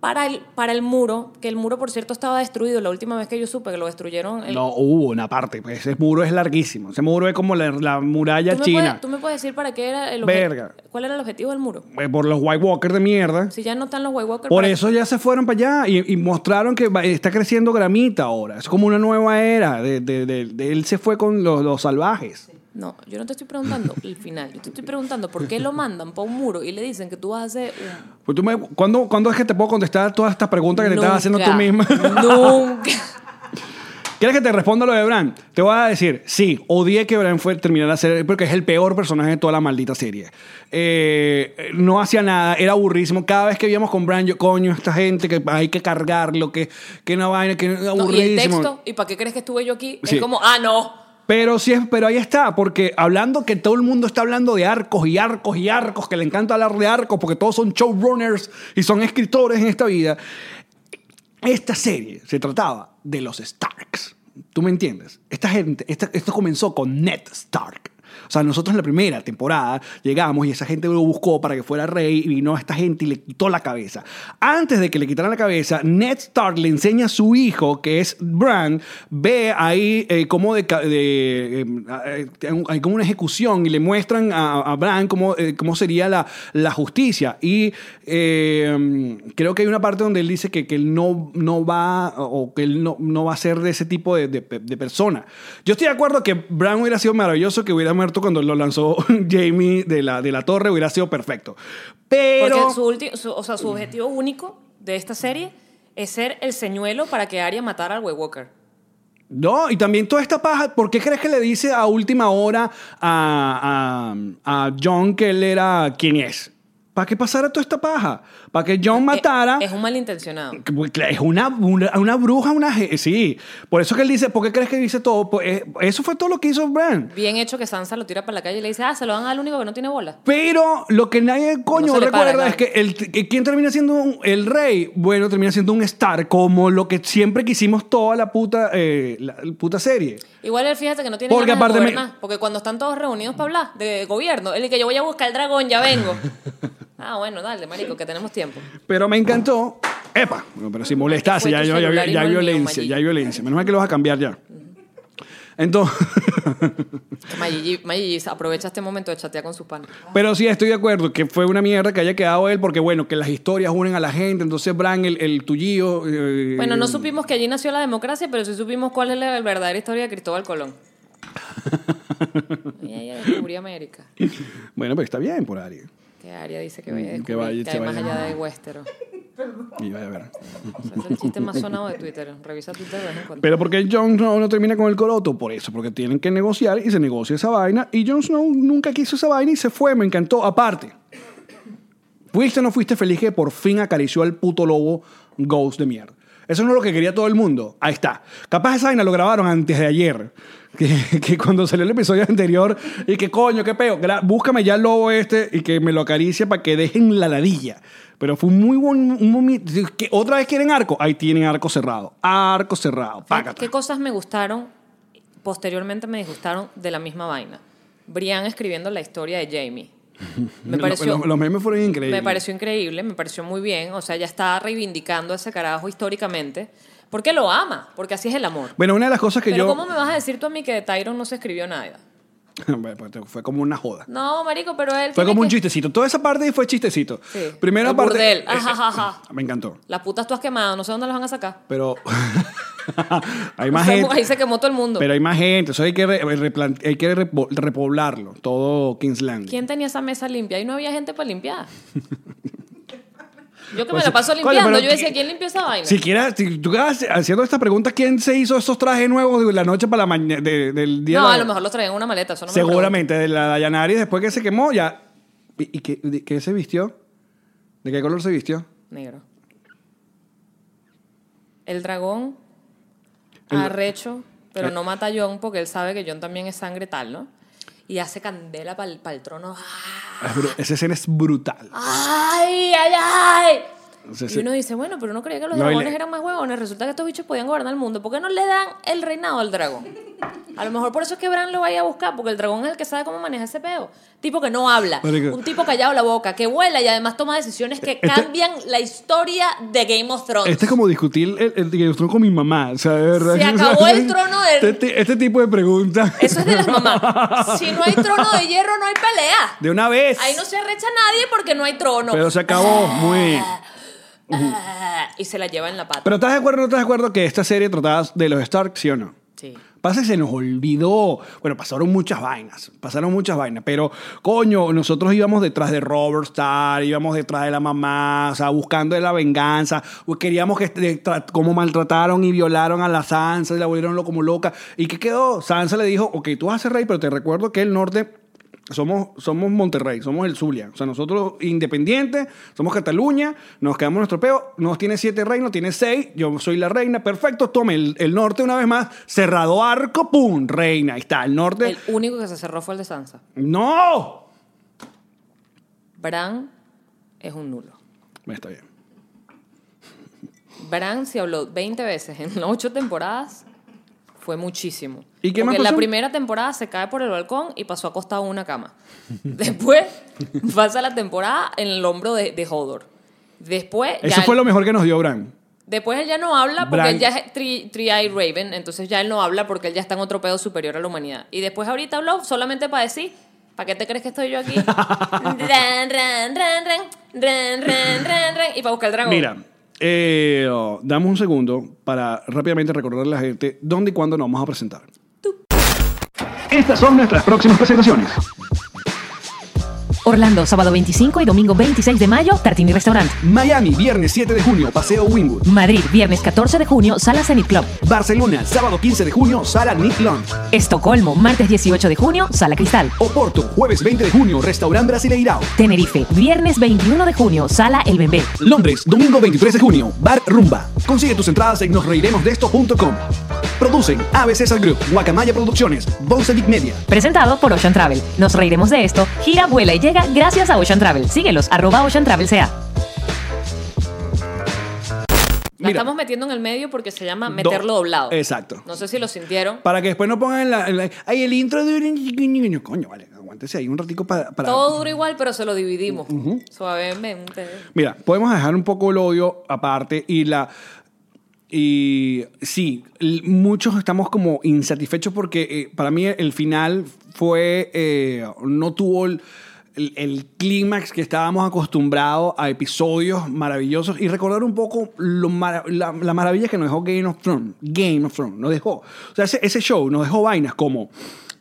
B: Para el, para el muro, que el muro, por cierto, estaba destruido. La última vez que yo supe que lo destruyeron. el-
A: No, hubo una parte. pues, ese muro es larguísimo. Ese muro es como la, la muralla
B: ¿Tú, me
A: china.
B: puedes, tú me puedes decir para qué era el obje-
A: Verga.
B: ¿Cuál era el objetivo del muro?
A: Eh, por los White Walkers de mierda.
B: Si ya no están los White Walkers.
A: Por
B: ¿para
A: eso ya se fueron para allá y, y mostraron que va- está creciendo gramita ahora. Es como una nueva era. De, de- de- de- él se fue con los, los salvajes.
B: No, yo no te estoy preguntando el final. Yo te estoy preguntando por qué lo mandan para un muro y le dicen que tú vas a hacer un
A: Pues tú me- ¿cuándo, cuándo es que te puedo contestar todas estas preguntas que te estás haciendo tú misma?
B: Nunca,
A: (laughs)
B: Nunca.
A: ¿Quieres que te responda lo de Bran? Te voy a decir, sí, odié que Bran fue terminar la serie porque es el peor personaje de toda la maldita serie. Eh, no hacía nada, era aburrísimo. Cada vez que víamos con Bran, yo, coño, esta gente que hay que cargarlo, que, que una vaina, que
B: No, y el
A: aburrísimo.
B: texto, ¿y para qué crees que estuve yo aquí?
A: Sí.
B: Es como, ah, no.
A: Pero sí es, pero ahí está, porque hablando que todo el mundo está hablando de arcos y arcos y arcos, que le encanta hablar de arcos porque todos son showrunners y son escritores en esta vida. Esta serie se trataba de los Starks. ¿Tú me entiendes? Esta gente, esta- esto comenzó con Ned Stark. O sea, nosotros en la primera temporada llegamos y esa gente lo buscó para que fuera rey y vino esta gente y le quitó la cabeza. Antes de que le quitaran la cabeza, Ned Stark le enseña a su hijo, que es Bran, ve ahí eh, como de, ca- de, eh, eh, hay como una ejecución y le muestran a, a Bran cómo, eh, cómo sería la, la justicia. Y eh, creo que hay una parte donde él dice que, que él no, no va o que él no, no va a ser de ese tipo de, de- de persona. Yo estoy de acuerdo que Bran hubiera sido maravilloso, que hubiera muerto cuando lo lanzó (laughs) Jamie de la, de la torre, hubiera sido perfecto. Pero...
B: Porque su, ulti- su- o sea, su objetivo único de esta serie es ser el señuelo para que Arya matara al White Walker.
A: No, y también toda esta paja, ¿por qué crees que le dice a última hora a, a- a John que él era quien es? ¿Para que pasara toda esta paja? ¿Para que John matara?
B: Eh, Es, es un malintencionado.
A: Es una, una, una bruja, una... je- Sí, por eso que él dice, ¿por qué crees que dice todo? Pues, eh, eso fue todo lo que hizo Bran.
B: Bien hecho que Sansa lo tira para la calle y le dice, ah, se lo dan al único que no tiene bola.
A: Pero lo que nadie coño
B: No se le
A: recuerda
B: para,
A: es que el, que ¿quién termina siendo un- el rey? Bueno, termina siendo un Star, como lo que siempre quisimos toda la puta, eh, la, la puta serie.
B: Igual él fíjate que no tiene
A: Porque
B: ganas
A: aparte
B: de
A: me-
B: gobernar, porque cuando están todos reunidos para hablar de gobierno, él dice que yo voy a buscar el dragón,
A: (laughs)
B: ya vengo. ah, bueno, dale, marico, que tenemos tiempo.
A: Pero me encantó. ¡Epa! Bueno, pero si molestase,
B: Fue
A: ya,
B: tu
A: ya, ya,
B: celular y
A: ya hay
B: no el mío,
A: violencia,
B: Maggi.
A: ya hay violencia. Menos mal que lo vas a cambiar ya. Entonces, (laughs)
B: Mayigi, Mayigi, aprovecha este momento de chatear con sus panas.
A: pero sí estoy de acuerdo que fue una mierda que haya quedado él, porque bueno, que las historias unen a la gente, entonces Bran, el, el tuyo. eh,
B: Bueno, no supimos que allí nació la democracia, pero sí supimos cuál es la verdadera historia de Cristóbal
A: (laughs)
B: Colón. y ella descubrió América.
A: Bueno, pero está bien por Ari.
B: Que Aria dice que vaya a
A: Mm, que
B: descubrir,
A: vaya-
B: que
A: se
B: hay más
A: vaya.
B: allá de Westeros.
A: Y vaya a ver.
B: O sea, es el chiste más sonado de Twitter. Revisa Twitter de vez en cuando.
A: Pero porque Jon Snow no termina con el coroto, por eso, porque tienen que negociar y se negocia esa vaina. Y Jon Snow nunca quiso esa vaina y se fue, me encantó. Aparte, fuiste o no fuiste feliz que por fin acarició al puto lobo Ghost de mierda. Eso no es lo que quería todo el mundo. Ahí está. Capaz esa vaina lo grabaron antes de ayer. (laughs) Que, que cuando salió el episodio anterior, y que coño, qué peo. gra- Búscame ya el lobo este y que me lo acaricie para que dejen la ladilla. Pero fue un muy buen un momento. que ¿Otra vez quieren arco? Ahí tienen arco cerrado. Arco cerrado.
B: Fíjate
A: Págate.
B: ¿Qué cosas me gustaron? Posteriormente me disgustaron de la misma vaina. Brian escribiendo la historia
A: (laughs)
B: de Jamie. Me
A: Lo-
B: pareció,
A: lo- los memes fueron increíbles.
B: me pareció increíble, me pareció muy bien. O sea, ya está reivindicando a ese carajo históricamente. Porque lo ama, porque así es el amor.
A: Bueno, una de las cosas que
B: Pero
A: yo.
B: ¿cómo me vas a decir tú a mí que de Tyron no se escribió nada?
A: (laughs) Bueno, pues, fue como una joda.
B: No, marico, pero él...
A: Fue
B: tiene
A: como un
B: que-
A: chistecito. Toda esa parte fue chistecito.
B: Sí.
A: Primera
B: El
A: parte.
B: burdel.
A: eh,
B: Ajajaja.
A: Me encantó.
B: Las putas tú has quemado, no sé dónde las van a sacar.
A: Pero. (laughs) hay más
B: O sea,
A: gente.
B: (laughs) Ahí se quemó todo el mundo.
A: Pero hay más gente. Eso hay que, re- eh, replan- hay que repo- repoblarlo. Todo Kingsland.
B: ¿Quién tenía esa mesa limpia? Ahí no había gente para
A: (laughs)
B: limpiar. Yo que
A: Pues,
B: me la paso
A: coño,
B: limpiando,
A: pero
B: yo decía,
A: que-
B: ¿quién limpió esa vaina?
A: Si quieres, si tú hagas- haciendo esta pregunta, ¿quién se hizo esos trajes nuevos de la noche para la mañana del día? de
B: no,
A: la-
B: a lo mejor los traían en una maleta, eso no me lo
A: Seguramente, de la Dayanari, después que se quemó, ya. ¿Y, y qué, de qué se vistió? ¿De qué color se vistió?
B: pregunto. Negro. El dragón
A: El-
B: arrecho, pero
A: Eh.
B: no mata a John porque él sabe que John también es sangre tal, ¿no? Y hace candela para el trono. ¡Ah!
A: Es bru- Esa escena es brutal.
B: ¡Ay, ay, ay!
A: Sí,
B: y
A: sí.
B: uno dice, bueno, pero uno creía que los
A: No, y le-
B: dragones eran más huevones. Resulta que estos bichos podían gobernar el mundo. ¿Por qué no le dan el reinado al dragón? A lo mejor por eso es que Bran lo vaya a buscar, porque el dragón es el que sabe cómo manejar ese peo. Tipo que no habla,
A: Marico.
B: un tipo callado la boca, que vuela y además toma decisiones que
A: Este-
B: cambian la historia de Game of Thrones.
A: Este es como discutir el, el Game of Thrones con mi mamá. O sea, de verdad.
B: Se acabó
A: (laughs)
B: el trono del-
A: Este, ti- este tipo de preguntas.
B: Eso es de las mamás. Si no hay trono de hierro, no hay pelea.
A: (laughs) De una vez.
B: Ahí no se arrecha nadie porque no hay trono.
A: Pero se acabó. Muy bien.
B: Ah, (laughs) y se la lleva en la pata.
A: Pero ¿estás de acuerdo o no estás de acuerdo que esta serie trataba de los Stark, sí o no?
B: Sí.
A: Pasa que se nos olvidó. Bueno, pasaron muchas vainas. Pasaron muchas vainas. Pero, coño, nosotros íbamos detrás de Robert Stark, íbamos detrás de la mamá, o sea, buscando la venganza. Pues, Queríamos que de- tra- cómo maltrataron y violaron a la Sansa y la volvieron lo- como loca. ¿Y qué quedó? Sansa le dijo, ok, tú vas a ser rey, pero te recuerdo que el norte. Somos, somos Monterrey, somos el Zulia. O sea, nosotros independientes, somos Cataluña, nos quedamos en nuestro peo. Nos tiene siete reinos, tiene seis. Yo soy la reina, perfecto. Tome el, el norte una vez más, cerrado arco, pum, reina. Ahí está, el norte.
B: El único que se cerró fue el de Sansa.
A: ¡No!
B: Bran es un nulo.
A: Bueno, Está bien.
B: Bran se habló 20 veces en (laughs) ocho temporadas. Fue muchísimo.
A: ¿Y qué más
B: Porque en la
A: pasó?
B: primera temporada se cae por el balcón y pasó acostado en una cama. (laughs) Después pasa la temporada en el hombro de, de Hodor. Después ya
A: Eso
B: él-
A: fue lo mejor que nos dio Bran.
B: Después él ya no habla porque
A: Bran-
B: él ya es tri- Three-Eyed Raven, entonces ya él no habla porque él ya está en otro pedo superior a la humanidad. Y después ahorita habló solamente para decir, ¿para qué te crees que estoy
A: (laughs)
B: yo aquí? ran, ran, ran, ran, ran, ran, ran, ran, y para buscar el dragón.
A: Mira, eh, oh, dame un segundo para rápidamente recordarle a la gente dónde y cuándo nos vamos a presentar. Estas son nuestras próximas presentaciones.
C: Orlando, sábado 25 y domingo 26 de mayo, Tartini Restaurant.
A: Miami, viernes 7 de junio, Paseo Winwood.
C: Madrid, viernes 14 de junio, Sala Zenit Club.
A: Barcelona, sábado 15 de junio, Sala Nick Lunch.
C: Estocolmo, martes 18 de junio, Sala Cristal.
A: Oporto, jueves 20 de junio, Restaurante Brasileirao.
C: Tenerife, viernes 21 de junio, Sala El Bembé.
A: Londres, domingo 23 de junio, Bar Rumba. Consigue tus entradas en nosreiremosdeesto.com. Producen ABC Group, Guacamaya Producciones, Big Media.
C: Presentado por Ocean Travel. Nos reiremos de esto. Gira, vuela y llega gracias a Ocean Travel. Síguelos, arroba Ocean Travel CA.
B: La
A: Mira.
B: estamos metiendo en el medio porque se llama meterlo doblado.
A: Exacto.
B: No sé si lo sintieron.
A: Para que después no pongan en la, en la- Ay, el intro de... Coño, vale, aguántese ahí un ratico para... para-
B: Todo duro igual, pero se lo dividimos. Suavemente.
A: Mira, podemos dejar un poco el odio aparte y la... Y sí, l- muchos estamos como insatisfechos porque eh, para mí el final fue, eh, no tuvo el, el- el clímax que estábamos acostumbrados a episodios maravillosos y recordar un poco lo mara- la, la maravilla que nos dejó Game of Thrones. Game of Thrones nos dejó. O sea, ese, ese show nos dejó vainas como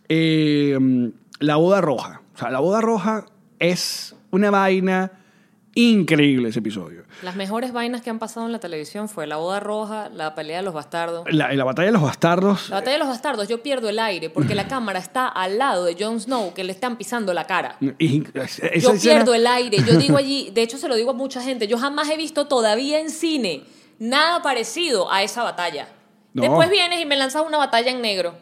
A: eh, la boda roja. O sea, la boda roja es una vaina increíble ese episodio.
B: Las mejores vainas que han pasado en la televisión fue la boda roja, la pelea de los bastardos.
A: La, la batalla de los bastardos.
B: La batalla de los bastardos, yo pierdo el aire porque la cámara está al lado de Jon Snow que le están pisando la cara.
A: Y- esa
B: Yo
A: escena-
B: pierdo el aire, yo digo allí, de hecho se lo digo a mucha gente, yo jamás he visto todavía en cine nada parecido a esa batalla.
A: No.
B: Después vienes y me lanzas una batalla
A: (laughs)
B: en negro.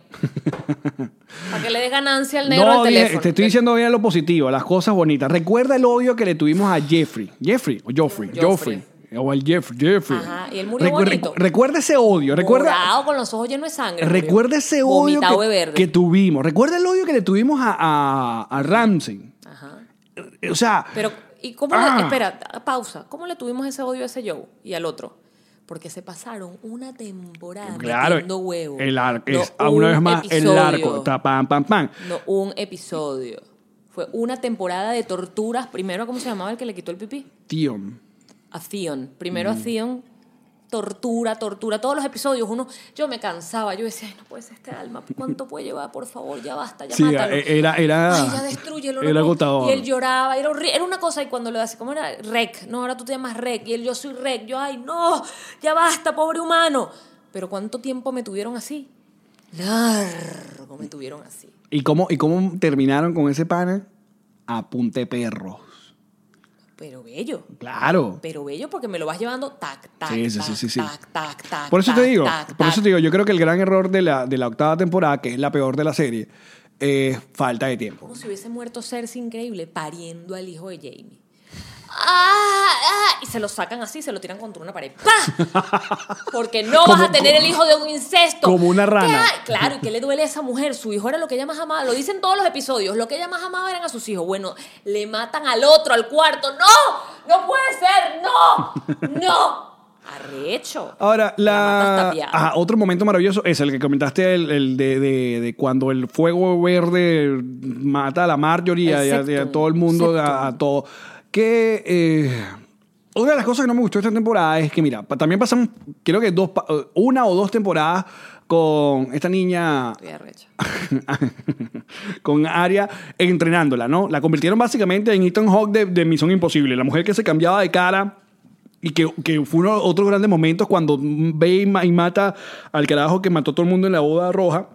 B: para que le des ganancia al negro al
A: bien,
B: teléfono.
A: te estoy diciendo bien lo positivo, las cosas bonitas. Recuerda el odio que le tuvimos a Jeffrey. Jeffrey o Joffrey.
B: Joffrey.
A: Joffrey. O al Jeff, Jeffrey.
B: Ajá, y él murió bonito.
A: Recuerda ese odio. Recuerda,
B: Morado, con los ojos llenos de sangre.
A: recuerda
B: murió.
A: ese odio
B: Vomitado de
A: que,
B: verde.
A: que tuvimos. Recuerda el odio que le tuvimos a, a, a Ramsey.
B: Ajá.
A: O sea,
B: Pero, ¿y cómo
A: Ah.
B: le, espera, pausa, ¿cómo le tuvimos ese odio a ese Joe y al otro? Porque se pasaron una temporada
A: claro,
B: metiendo huevo.
A: el arco.
B: No
A: es, a una
B: un
A: vez más, el
B: episodio,
A: arco. Ta, pam, pam, pam.
B: No un episodio. Fue una temporada de torturas. Primero, ¿cómo se llamaba el que le quitó el pipí?
A: Tío.
B: A Theon. Primero
A: Mm.
B: a Theon. Tortura, tortura. Todos los episodios, uno, yo me cansaba. Yo decía, ay, no puede ser este alma. ¿Cuánto puede llevar? Por favor, ya basta, ya
A: Sí,
B: mátalo.
A: era, era,
B: Ay, ya destrúyelo. no,
A: era
B: no.
A: agotador.
B: Y él lloraba, era horrible. Era una cosa, y cuando lo hacía, ¿cómo era? Rec. No, ahora tú te llamas Rec. Y él, yo soy Rec. Yo, ay, no, ya basta, pobre humano. Pero ¿cuánto tiempo me tuvieron así? Largo me tuvieron así.
A: ¿Y cómo, ¿Y cómo terminaron con ese pana? A punte perros.
B: Pero bello.
A: Claro.
B: Pero bello porque me lo vas llevando tac, tac,
A: Sí, sí,
B: tac,
A: sí, sí, sí.
B: tac, tac, tac.
A: Por eso te
B: tac,
A: digo,
B: tac,
A: por
B: tac.
A: eso te digo, yo creo que el gran error de la, de la octava temporada, que es la peor de la serie, es falta de tiempo.
B: Como si hubiese muerto Cersei increíble pariendo al hijo de Jamie. ¡Ah! ah! Y se lo sacan así, se lo tiran contra una pared.
A: (laughs)
B: ¡Pah! Porque no
A: Como-
B: vas a tener el hijo de un incesto.
A: como una
B: ¿Qué
A: rana.
B: hay? Claro, ¿y qué le duele a esa mujer? Su hijo era lo que ella más amaba. Lo dicen todos los episodios. Lo que ella más amaba eran a sus hijos. Bueno, le matan al otro, al cuarto. ¡No! ¡No puede ser! ¡No!
A: (laughs)
B: ¡No! Arrecho.
A: Ahora,
B: mata
A: la,
B: hasta piada.
A: ajá, otro momento maravilloso es el que comentaste, el, el de, de- de cuando el fuego verde mata a la Marjorie y a,
B: El
A: y a- y a
B: septum,
A: todo el mundo, a,
B: septum.
A: a todo. Que eh, una de las cosas que no me gustó esta temporada es que, mira, pa- también pasamos, creo que dos, pa- una o dos temporadas con esta niña
B: Estoy arrecha.
A: con Aria entrenándola, ¿no? La convirtieron básicamente en Ethan Hawke de, de Misión Imposible, la mujer que se cambiaba de cara y que, que fue uno de otros grandes momentos cuando ve y, ma- y mata al carajo que mató a todo el mundo en la boda roja.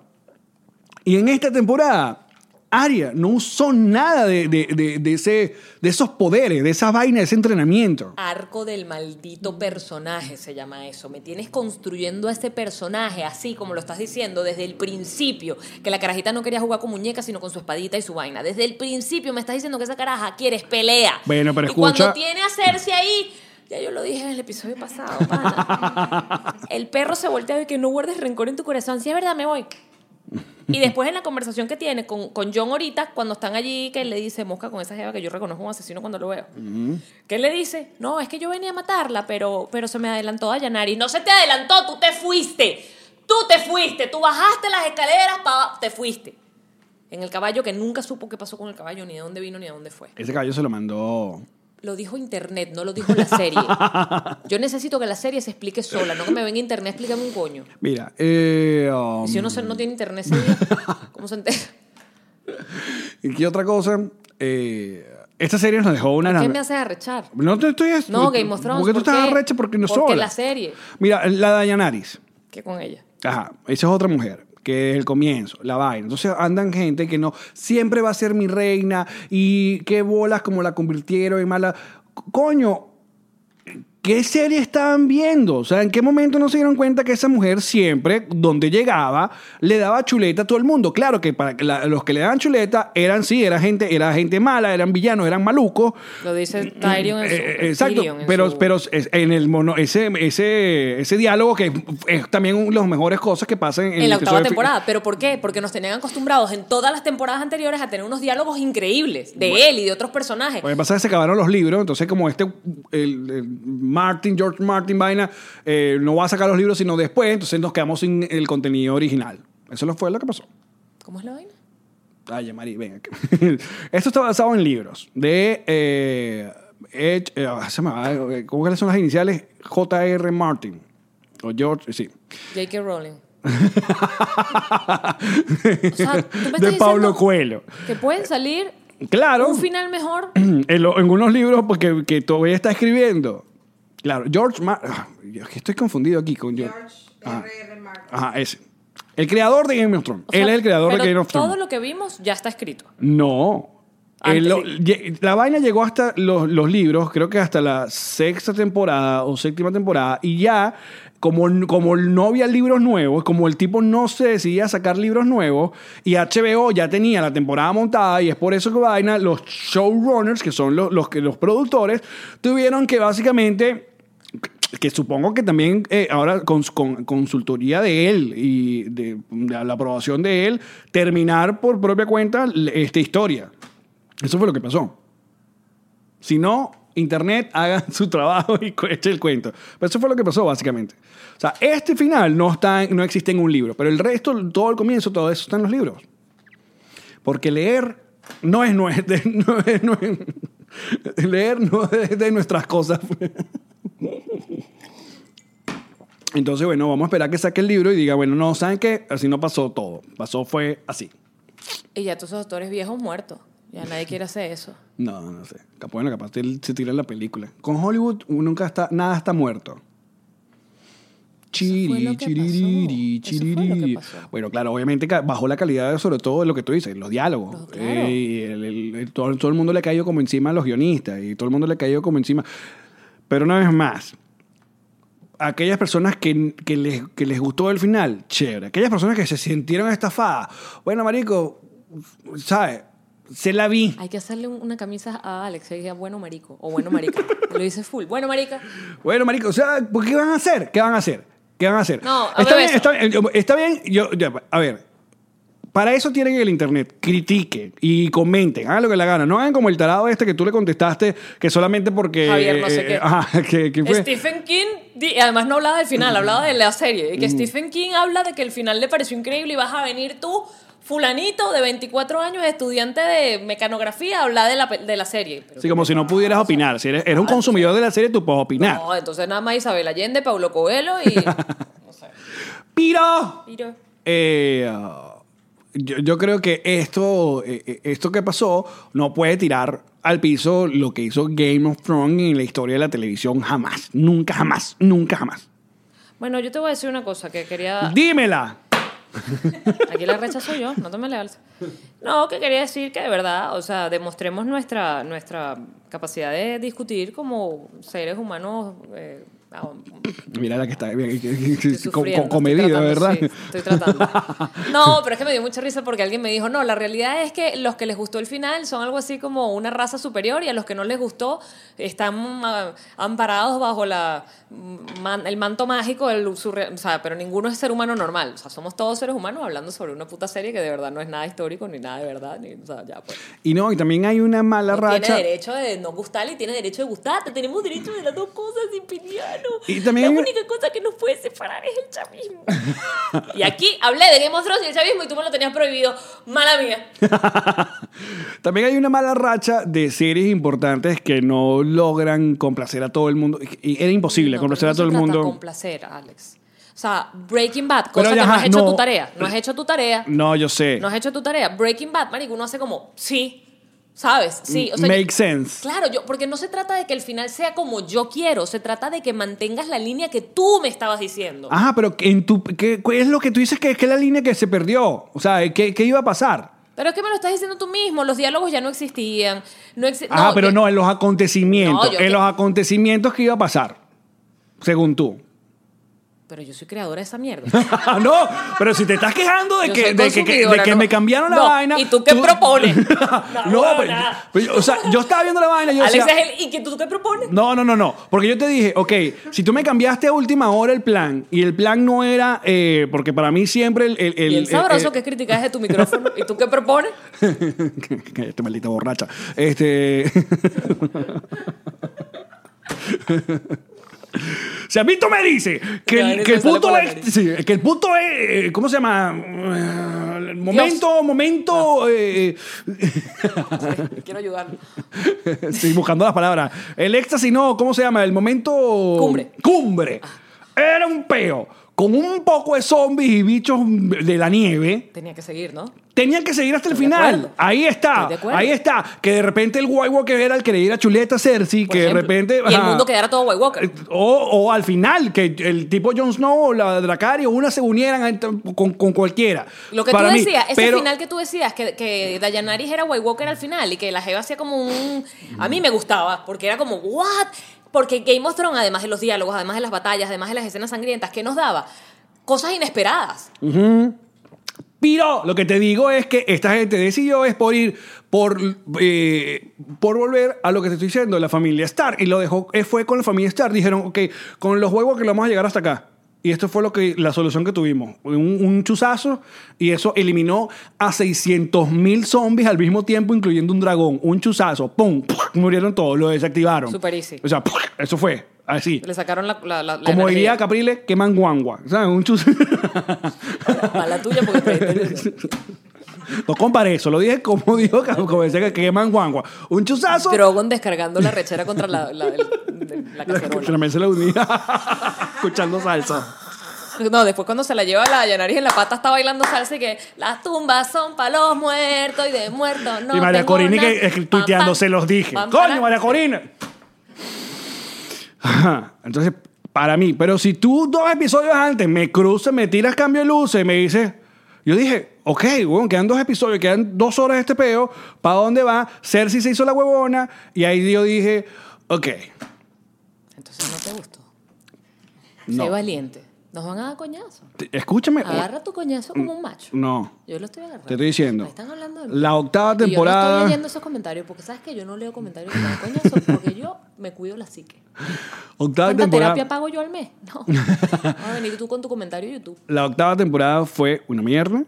A: Y en esta temporada, Aria no usó nada de, de- de- de ese, de esos poderes, de esa vaina, de ese entrenamiento.
B: Arco del maldito personaje se llama eso. Me tienes construyendo a este personaje así como lo estás diciendo desde el principio. Que la carajita no quería jugar con muñecas sino con su espadita y su vaina. Desde el principio me estás diciendo que esa caraja quieres pelea.
A: Bueno, pero
B: y
A: escucha-
B: cuando tiene a Cersei ahí... Ya yo lo dije en el episodio pasado,
A: (laughs)
B: pana. El perro se voltea y que no guardes rencor en tu corazón. Si es verdad, me voy. Y después en la conversación que tiene con, con John ahorita, cuando están allí, que él le dice, mosca con esa jeva que yo reconozco un asesino cuando lo veo. ¿Qué le dice? No, es que yo venía a matarla, pero, pero se me adelantó a Yanari. No se te adelantó, tú te fuiste. Tú te fuiste, tú bajaste las escaleras, pa- te fuiste. En el caballo que nunca supo qué pasó con el caballo, ni de dónde vino, ni de dónde fue.
A: Ese caballo se lo mandó.
B: Lo dijo internet, no lo dijo
A: (laughs)
B: la serie. Yo necesito que la serie se explique sola, no que me venga internet, explícame un coño.
A: Mira, eh, um,
B: Y si uno se- no tiene
A: (laughs)
B: internet ese día, ¿cómo se entera?
A: ¿Y qué otra cosa? Eh, Esta serie nos dejó una...
B: ¿Qué me haces arrechar?
A: No te estoy...
B: No, Game of Thrones.
A: Porque tú
B: ¿por
A: estás
B: qué?
A: arrecha porque no
B: Porque
A: sola.
B: la serie.
A: Mira, la Dayanaris.
B: ¿Qué con ella?
A: Ajá, esa es otra mujer, que es el comienzo, la vaina. Entonces andan gente que no, siempre va a ser mi reina y qué bolas como la convirtieron en mala. C- Coño, ¿qué serie estaban viendo? O sea, ¿en qué momento no se dieron cuenta que esa mujer siempre, donde llegaba, le daba chuleta a todo el mundo? Claro que para que la- los que le daban chuleta eran, sí, era gente, era gente mala, eran villanos, eran malucos.
B: Lo dice Tyrion en su.
A: Mm, Eh, eh, exacto,
B: Tyrion en
A: pero,
B: su-
A: pero es- en el mono, ese, ese, ese diálogo que es, es también una de las mejores cosas que pasan en,
B: En,
A: el
B: la octava
A: episodio de-
B: temporada. ¿Pero por qué? Porque nos tenían acostumbrados en todas las temporadas anteriores a tener unos diálogos increíbles de él y de otros personajes.
A: Lo que pasa es que se acabaron los libros, entonces como este, el, el Martin, George Martin, vaina, eh, no va a sacar los libros sino después, entonces nos quedamos sin el contenido original. Eso lo fue lo que pasó.
B: ¿Cómo es la vaina?
A: Ay, Mari, venga. (laughs) Esto está basado en libros de... Eh, H- eh, ah, se me va, eh, ¿Cómo que son las iniciales? J.R. Martin. O George, sí. (laughs)
B: J.K. Rowling.
A: (laughs)
B: sea, ¿tú me estás
A: de
B: diciendo-
A: Pablo Coelho.
B: Que pueden salir
A: Claro.
B: un final mejor.
A: (clears throat) en, lo- en unos libros porque que todavía está escribiendo. Claro, George Mar ah, Dios, que estoy confundido aquí con George. Ajá. Ajá, ese. El creador de Game of Thrones.
B: O sea,
A: Él es el creador de
B: pero
A: Game of Thrones.
B: Todo lo que vimos ya está escrito.
A: No.
B: Antes
A: Él lo-
B: sí.
A: lle- la vaina llegó hasta los, los libros, creo que hasta la sexta temporada o séptima temporada, y ya, como, n- como no había libros nuevos, como el tipo no se decidía a sacar libros nuevos, y HBO ya tenía la temporada montada, y es por eso que vaina, los showrunners, que son los, los, que- los productores, tuvieron que básicamente que supongo que también eh, ahora con, con consultoría de él y de, de la aprobación de él, terminar por propia cuenta l- esta historia. Eso fue lo que pasó. Si no, Internet (laughs) hagan su trabajo y cu- eche el cuento. Pero eso fue lo que pasó, básicamente. O sea, este final no, está, en- no existe en un libro, pero el resto, todo el comienzo, todo eso está en los libros. Porque leer no es, nue- (laughs) de- no es- no es- leer no es de nuestras cosas. Entonces, bueno, vamos a esperar que saque el libro y diga, bueno, no, ¿saben qué? Así no pasó todo. Pasó fue así.
B: Y ya todos esos autores viejos muertos. Ya nadie quiere hacer eso.
A: No, no sé. Cap- Bueno, capaz él se tira la película. Con Hollywood nunca está, nada está muerto.
B: fue
A: Chiri,
B: lo que
A: chiririri,
B: pasó. Eso fue lo que
A: chiriri.
B: pasó.
A: Bueno, claro, obviamente ca- bajó la calidad, sobre todo de lo que tú dices, los diálogos.
B: No, claro.
A: Eh, y el- el- el- todo, todo el mundo le ha caído como encima a los guionistas y todo el mundo le ha caído como encima. Pero una vez más, aquellas personas que, que les, que les gustó el final, chévere. Aquellas personas que se sintieron estafadas. Bueno, Marico, ¿sabes? Se la vi.
B: Hay que hacerle un- una camisa a Alex que diga bueno marico o
A: (laughs)
B: bueno marica. Lo dice full. Bueno marica.
A: Bueno, marico, o sea, ¿por ¿qué van a hacer? ¿Qué van a hacer? ¿Qué van a hacer?
B: No, a
A: está
B: ver
A: bien,
B: eso.
A: está bien, está bien, yo, ya, a ver. Para eso tienen el internet. Critiquen y comenten, hagan lo que la gana. No hagan como el tarado este que tú le contestaste que solamente porque. eh,
B: Javier no sé qué.
A: ajá, (laughs) que, que fue.
B: Stephen King, di- además no hablaba del final, hablaba de la serie. Y
A: Mm.
B: que Stephen King habla de que el final le pareció increíble y vas a venir tú, fulanito de 24 años, estudiante de mecanografía, a hablar de la, pe- de la serie. Pero-
A: Sí, como si no pudieras opinar. Si eres, eres un consumidor de la serie, tú puedes opinar.
B: No, entonces nada más Isabel Allende, Paulo Coelho y...
A: (laughs)
B: no sé.
A: ¡Piro!
B: Mira.
A: Eh, ah, yo, yo creo que esto, eh, eh, esto que pasó no puede tirar al piso lo que hizo Game of Thrones en la historia de la televisión jamás. Nunca, jamás, nunca, jamás.
B: Bueno, yo te voy a decir una cosa
A: (laughs)
B: que quería...
A: ¡Dímela!
B: Aquí la rechazo yo, no te me le alzas. No, que quería decir que de verdad, o sea, demostremos nuestra, nuestra capacidad de discutir como seres humanos... eh, ah,
A: Mira la que está
B: Estoy
A: co-
B: sufriendo,
A: co-
B: estoy
A: comedida,
B: tratando,
A: ¿verdad?
B: sí, estoy tratando. No, pero es que me dio mucha risa porque alguien me dijo, no, la realidad es que los que les gustó el final son algo así como una raza superior y a los que no les gustó están ah, amparados bajo la, mm, man- el manto mágico del surre- o sea, pero ninguno es ser humano normal. O sea, somos todos seres humanos hablando sobre una puta serie que de verdad no es nada histórico ni nada de verdad. Ni, o sea, ya, pues.
A: Y no, y también hay una mala racha.
B: Tiene derecho de no gustarle y tiene derecho de gustarte. Tenemos derecho de las dos cosas sin pelear, ¿no?
A: Y también hay
B: la
A: una-
B: única cosa que nos puede separar es el chavismo. y aquí hablé de Game of Thrones y el chavismo y tú me lo tenías prohibido. Mala mía.
A: También hay una mala racha de series importantes que no logran complacer a todo el mundo. Y era imposible
B: No,
A: complacer
B: pero
A: a todo el
B: no se trata
A: mundo.
B: de complacer, Alex. O sea, Breaking Bad, cosa
A: Pero
B: que
A: ya,
B: no
A: ajá,
B: has hecho
A: no.
B: tu tarea. No has hecho tu tarea.
A: No, yo sé.
B: No has hecho tu tarea. Breaking Bad, marico, uno hace como, sí. O ¿Sabes? Sí, o sea,
A: Make
B: yo-
A: sense.
B: Claro, yo, porque no se trata de que el final sea como yo quiero, se trata de que mantengas la línea que tú me estabas diciendo.
A: Ajá, pero en tu, ¿qué, qué es lo que tú dices que es que la línea que se perdió? O sea, ¿qué, qué iba a pasar?
B: Pero es que me lo estás diciendo tú mismo, los diálogos ya no existían. No exi-
A: Ajá, Ah, pero
B: yo-
A: no, en los acontecimientos.
B: No, yo
A: en
B: que-
A: los acontecimientos que iba a pasar, según tú. Ah,
B: Pero yo soy creadora de
A: (laughs)
B: esa mierda.
A: no, pero si te estás quejando de
B: Yo
A: que,
B: soy
A: de que- que- de
B: consumidora,
A: que
B: no.
A: me cambiaron la
B: No,
A: vaina.
B: ¿y tú qué
A: (laughs)
B: propones?
A: no,
B: huevona.
A: pero- pero, pues, o sea, yo estaba viendo la vaina. Yo
B: Alex
A: decía,
B: es el, ¿y que tú qué propones?
A: No, no, no, no. Porque yo te dije, ok, si tú me cambiaste a última hora el plan y el plan no era, eh, porque para mí siempre el... el, el-
B: y el sabroso
A: el-
B: que es criticar desde
A: (laughs)
B: tu micrófono. ¿Y tú qué propones?
A: Cállate, maldita borracha. Este. (laughs) Si a mí tú me dices que,
B: No,
A: el-
B: eso
A: que el
B: sale por
A: punto
B: la
A: es,
B: nariz.
A: sí, que el punto es, eh, ¿cómo se llama? Eh, Momento, momento,
B: Ah.
A: eh,
B: Quiero ayudarlo.
A: eh, estoy buscando las palabras. El éxtasis no, ¿cómo se llama? El momento...
B: Cumbre. Ah.
A: Cumbre. Era un peo con un poco de zombies y bichos de la nieve.
B: Tenía que seguir, ¿no?
A: Tenían que seguir hasta el
B: Estoy de
A: final.
B: acuerdo.
A: Ahí está.
B: Estoy de acuerdo.
A: Ahí está. Que de repente el White Walker era el que le diera chuleta a Cersei.
B: Por
A: que
B: ejemplo.
A: de repente.
B: Y el
A: ajá.
B: mundo quedara todo White Walker.
A: O, o al final, que el tipo Jon Snow o la Dracarys o una se unieran a- con, con cualquiera.
B: Lo que
A: Para
B: tú
A: mí.
B: decías, ese
A: Pero-
B: final que tú decías, que, que Dayanaris era White Walker al final y que la Jeva hacía como un... A mí me gustaba, porque era como, ¿what? Porque Game of Thrones, además de los diálogos, además de las batallas, además de las escenas sangrientas, ¿qué nos daba? Cosas inesperadas.
A: Pero lo que te digo es que esta gente decidió es por ir, por, eh, por volver a lo que te estoy diciendo, la familia Star. Y lo dejó, eh, fue con la familia Star. Dijeron, ok, con los juegos que lo vamos a llegar hasta acá. Y esto fue lo que, la solución que tuvimos. Un, un chuzazo y eso eliminó a 600 mil zombies al mismo tiempo, incluyendo un dragón. Un chuzazo, ¡pum! Murieron todos, lo desactivaron.
B: Super easy.
A: O sea, eso fue, así.
B: Le sacaron la... la, la- la
A: Como diría
B: energía. (laughs)
A: Caprile, queman guangua. ¿Sabes? Un chuzazo.
B: Para la tuya, porque te- (laughs)
A: No compare eso, lo dije como (laughs) dijo que- como decía que queman guangua. Un chuzazo.
B: Drogon descargando la rechera contra la, la, el- la
A: que
B: cacerola.
A: la mesa la unía (laughs) escuchando salsa.
B: No, después cuando se la lleva la Yanaris en la pata está bailando salsa y que las tumbas son para los muertos y de muertos no
A: y María
B: tengo
A: Corina
B: nada".
A: que, es que
B: Pam,
A: tuiteando,
B: pam,
A: se los dije.
B: pam,
A: ¡Coño,
B: pam.
A: María Corina! Ajá, Entonces, para mí, pero si tú dos episodios antes me cruzas, me tiras cambio de luces, me dices, yo dije, ok, bueno, quedan dos episodios, quedan dos horas de este peo, ¿para dónde va? Cersei se hizo la huevona, y ahí yo dije, ok,
B: Entonces no te gustó.
A: No. Eh,
B: Sé valiente. Nos van a dar coñazo.
A: te- escúchame.
B: Agarra tu coñazo como un macho.
A: No.
B: Yo lo estoy agarrando.
A: Te estoy diciendo.
B: Ahí están hablando de mí.
A: La octava
B: Y yo no
A: temporada.
B: estoy leyendo esos comentarios porque sabes que yo no leo comentarios de coñazo porque yo me cuido la psique.
A: octava
B: ¿Cuánta
A: temporada.
B: terapia pago yo al mes?
A: (laughs)
B: No. Vas a venir tú con tu comentario de YouTube.
A: La octava temporada fue una mierda.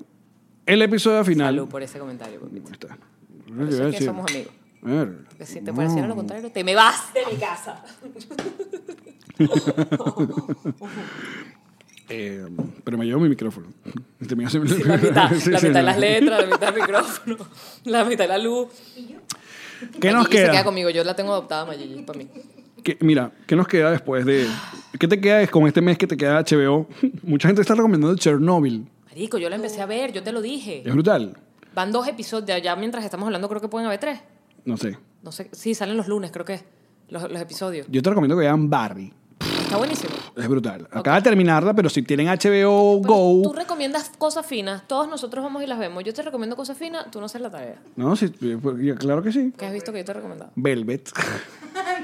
A: El episodio final.
B: Salud por ese comentario. papito.
A: Ahí está.
B: Por eso es que somos amigos.
A: Mierda.
B: Porque si te pareciera lo contrario, te me vas de mi casa.
A: (laughs) Eh, pero me llevo mi micrófono. Este mío se-
B: La mitad,
A: (laughs) Sí,
B: la
A: sí,
B: mitad de
A: sí.
B: las letras, la mitad del micrófono, la mitad de la luz.
A: ¿Qué nos
B: Mayigi se queda
A: queda?
B: conmigo, yo la tengo adoptada, Mayigi, para mí.
A: ¿Qué- mira, ¿qué nos queda después de.? ¿Qué te queda con este mes que te queda HBO? (laughs) Mucha gente está recomendando Chernobyl.
B: Marico, yo la empecé a ver, yo te lo dije.
A: Es brutal.
B: Van dos episodios, ya- ya mientras estamos hablando creo que pueden haber tres.
A: No sé.
B: No sé, sí, salen los lunes, creo que es, los, los episodios.
A: Yo te recomiendo que vean Barry.
B: Está buenísimo.
A: Es brutal. Acaba de terminarla, pero si tienen HBO
B: Pero
A: Go.
B: Tú recomiendas cosas finas, todos nosotros vamos y las vemos. Yo te recomiendo cosas finas, tú no haces la tarea.
A: No, sí, eh, claro que sí.
B: ¿Qué has visto que yo te he recomendado?
A: Velvet. (laughs)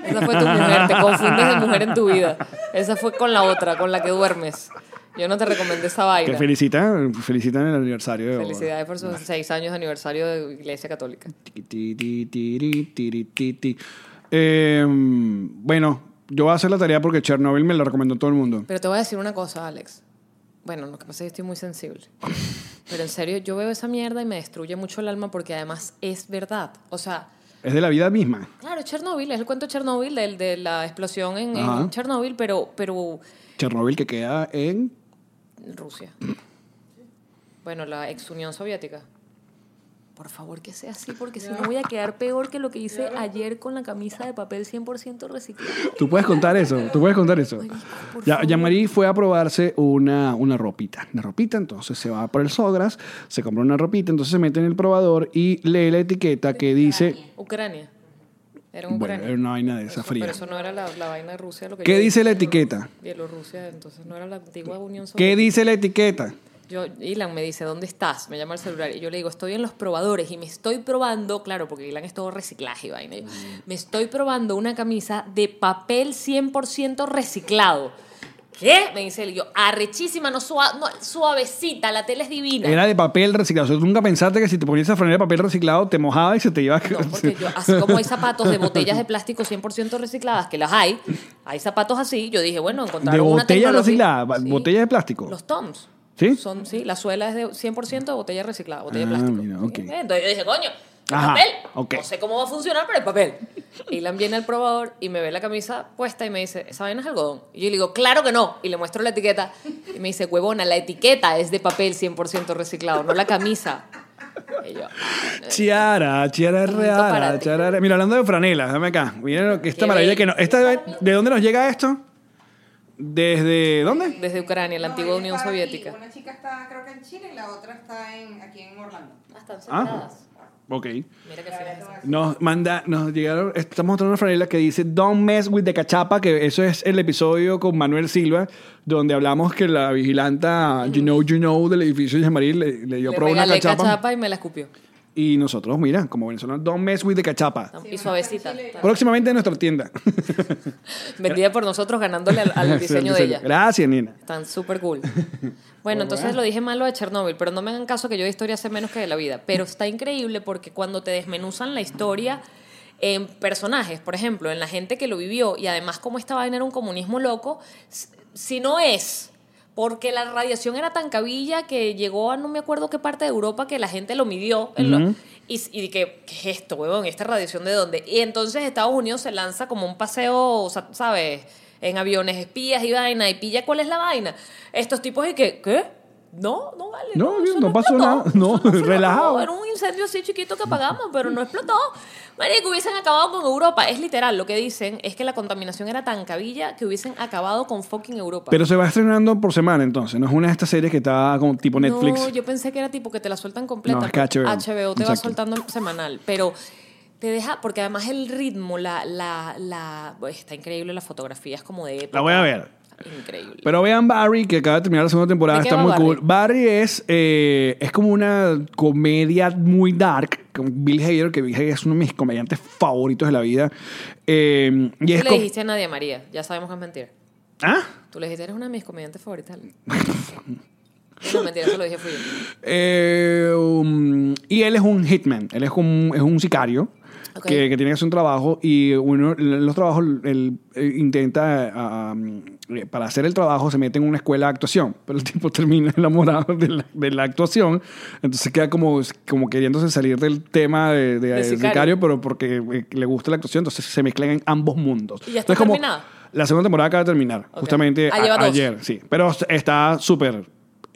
B: Esa fue tu mujer, te confundes de mujer en tu vida. Esa fue con la otra, con la que duermes. Yo no te recomendé esa
A: Que
B: vaina.
A: felicitan, felicitan el aniversario. de Oda.
B: Felicidades por sus seis años de aniversario de Iglesia Católica.
A: Tiqui, ti, ti, tiri, tiri, ti, ti. Eh, bueno, yo voy a hacer la tarea porque Chernobyl me la recomendó todo el mundo.
B: Pero te voy a decir una cosa, Alex. Bueno, lo que pasa es que estoy muy sensible. Pero en serio, yo veo esa mierda y me destruye mucho el alma porque además es verdad. O sea,
A: Es de la vida misma.
B: claro, Chernobyl, es el cuento de Chernobyl, del, de la explosión en, en
A: Ajá.
B: Chernobyl, pero, pero
A: Chernobyl que queda en...
B: Rusia. Bueno, la ex Unión Soviética. por favor que sea así, porque si no voy a quedar peor que lo que hice ayer con la camisa de papel 100% reciclado.
A: Tú puedes contar eso, tú puedes contar eso. Ya, ya Marí fue a probarse una, una ropita, una ropita, entonces se va por el Sogras, se compra una ropita, entonces se mete en el probador y lee la etiqueta que dice,
B: Ucrania. Era un
A: bueno,
B: Ucrania.
A: era una vaina de esa
B: Eso-
A: fría.
B: Pero eso no era la, la vaina de Rusia. Lo que
A: ¿Qué
B: yo
A: dice
B: dije,
A: la
B: ¿no?
A: etiqueta?
B: Bielorrusia, entonces no era la antigua Unión
A: ¿Qué
B: Soviética.
A: dice la etiqueta?
B: Yo, Ilan me dice, ¿dónde estás? Me llama el celular y yo le digo, estoy en los probadores y me estoy probando, claro, porque Ilan es todo reciclaje y vaina. y yo,
A: Mm.
B: me estoy probando una camisa de papel 100% reciclado. ¿Qué? Me dice él y yo, arrechísima, no, sua- no, suavecita, la tela es divina.
A: Era de papel reciclado. O sea, tú nunca pensaste que si te ponías a frenar de papel reciclado te mojaba y se te iba
B: No, porque
A: (laughs)
B: yo, así como hay zapatos de botellas de plástico 100% recicladas, que las hay, hay zapatos así, yo dije, bueno, encontraron
A: ¿De
B: una
A: botella
B: tecnología-
A: reciclada?
B: Sí.
A: ¿Botella de plástico?
B: Los Toms.
A: ¿Sí?
B: Son, sí, la suela es de 100% de botella reciclada, botella
A: Ah,
B: de plástico.
A: mira,
B: Sí.
A: ok.
B: Entonces yo dije, coño, el
A: Ajá,
B: papel.
A: ok.
B: No sé cómo va a funcionar, pero el papel. Ilan viene al probador y me ve la camisa puesta y me dice, ¿esa vaina es algodón? Y yo le digo, claro que no. Y le muestro la etiqueta y me dice, huevona, la etiqueta es de papel 100% reciclado, no la camisa. Y yo,
A: Chiara, Chiara
B: eh, Punto
A: Reara,
B: para ti.
A: Chiara Re- Mira, hablando de franelas, dame acá. Mira lo que esta
B: Qué
A: maravilla que no.
B: bello.
A: Esta, ¿De dónde nos llega esto? ¿Desde dónde?
B: desde Ucrania, la
D: No,
B: antigua
D: ella
B: Unión
D: estaba aquí.
B: Soviética.
D: Una chica está, creo que en Chile, y la otra está en, aquí en Orlando.
B: Ah, están
A: Ah,
B: separadas.
A: ok.
B: Mira qué fea esa.
A: Nos manda, nos llegaron, estamos mostrando una franela que dice Don't mess with the cachapa, que eso es el episodio con Manuel Silva, donde hablamos que la vigilanta, you know, you know, del edificio de Yamaril le, le dio
B: Le
A: por una
B: regalé
A: cachapa.
B: cachapa. y me la escupió.
A: Y nosotros, mira, como venezolanos, Don't mess with the cachapa.
B: y suavecita.
A: Próximamente en nuestra tienda.
B: Vendida por nosotros ganándole al,
A: (laughs)
B: al diseño de ella.
A: Gracias, Nina.
B: Están súper cool. Bueno, entonces lo dije malo de Chernóbil, pero no me hagan caso que yo de historia sé menos que de la vida. Pero está increíble porque cuando te desmenuzan la historia en personajes, por ejemplo, en la gente que lo vivió y además como esta vaina era un comunismo loco, s- si no es porque la radiación era tan cabilla que llegó a no me acuerdo qué parte de Europa que la gente lo midió en lo- y, y que, ¿qué es esto, huevón? ¿Esta radiación de dónde? Y entonces Estados Unidos se lanza como un paseo, o sea, ¿sabes? En aviones, espías y vaina, y pilla cuál es la vaina. Estos tipos y que, ¿qué? No, no vale.
A: No,
B: eso
A: no pasó
B: explotó,
A: nada. No,
B: eso explotó,
A: relajado.
B: Era un incendio así chiquito que apagamos, pero no explotó. Marico, hubiesen acabado con Europa. Es literal, lo que dicen es que la contaminación era tan cabilla que hubiesen acabado con fucking Europa.
A: Pero se va estrenando por semana, entonces. No es una de estas series que está como tipo Netflix.
B: No, yo pensé que era tipo que te la sueltan completa.
A: No, es que HBO.
B: te va
A: Exacto.
B: soltando semanal, pero te deja, porque además el ritmo, la, la, la, pues, está increíble la fotografía, es como de época.
A: La voy a ver.
B: Increíble.
A: Pero vean Barry, que acaba de terminar la segunda temporada,
B: ¿De qué
A: está
B: va
A: muy
B: Barry?
A: cool. Barry es, eh, es como una comedia muy dark, con Bill Hader, que Bill Hader es uno de mis comediantes favoritos de la vida. Eh, y
B: Tú
A: es
B: le
A: como-
B: dijiste a Nadia María, ya sabemos que es mentira.
A: ¿Ah?
B: Tú le dijiste, eres una de mis comediantes favoritas. (laughs) no, mentira, eso lo dije fui yo.
A: Eh, um, y él es un hitman, él es un, es un sicario
B: Ok.
A: que, que tiene que hacer un trabajo y uno en los trabajos él, eh, intenta, ah, um, eh, para hacer el trabajo se mete en una escuela de actuación, pero el tipo (laughs) termina enamorado de la, de la actuación, entonces queda como, como queriéndose salir del tema de, de-
B: De
A: de sicario.
B: sicario.
A: pero porque eh, le gusta la actuación, entonces se mezclan en ambos mundos.
B: ¿Y ya está
A: Entonces, como
B: terminada?
A: La segunda temporada acaba de terminar,
B: Ok.
A: justamente
B: Ah,
A: a-
B: lleva dos.
A: ayer. Sí, pero está súper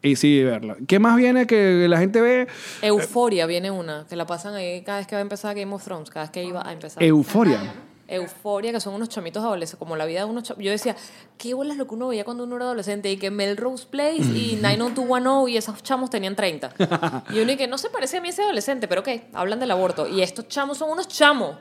A: easy de verla. ¿Qué más viene que la gente ve?
B: Euforia viene una, que la pasan ahí cada vez que va a empezar Game of Thrones, cada vez que iba a empezar.
A: Euforia.
B: Euforia, que son unos chamitos adolescentes, como la vida de unos chamitos. Yo decía, qué bolas lo que uno veía cuando uno era adolescente, y que Melrose Place
A: (laughs)
B: y 90210 y esos chamos tenían 30. Y uno y que no se parece a mí ese adolescente, pero ok, hablan del aborto. Y estos chamos son unos chamos.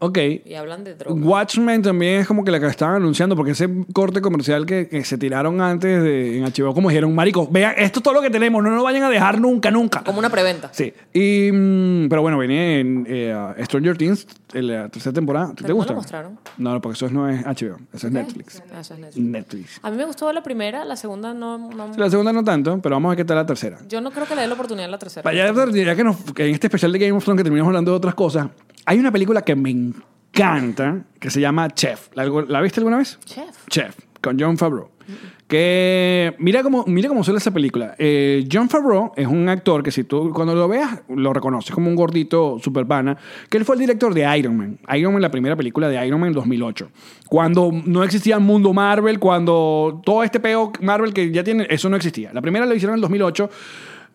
A: Ok.
B: Y hablan de droga.
A: Watchmen también es como que la que estaban anunciando, porque ese corte comercial que, que se tiraron antes de, en HBO, como dijeron, marico, vean, esto es todo lo que tenemos, no nos vayan a dejar nunca, nunca.
B: Como una preventa.
A: Sí. Y, mm, pero bueno, venía en eh, Stranger Things, en la tercera temporada. ¿Te
B: Pero no
A: gusta?
B: la mostraron.
A: No, no, porque eso no es HBO, eso es Netflix.
B: Ah, eso es Netflix.
A: Netflix.
B: A mí me gustó la primera, la segunda no. no-
A: La segunda no tanto, pero vamos a ver qué tal la tercera.
B: yo no creo que le dé la oportunidad a la tercera.
A: Para ya, ya que, nos- que en este especial de Game of Thrones que terminamos hablando de otras cosas, hay una película que me encanta que se llama Chef. ¿La, la viste alguna vez?
B: Chef.
A: Chef, con John Favreau. Que mira cómo, mira cómo suele esa película. Eh, John Favreau es un actor que si tú cuando lo veas lo reconoces como un gordito super pana, que él fue el director de Iron Man. Iron Man, la primera película de Iron Man en 2008. Cuando no existía el mundo Marvel, cuando todo este peo Marvel que ya tiene, eso no existía. La primera la hicieron en el 2008.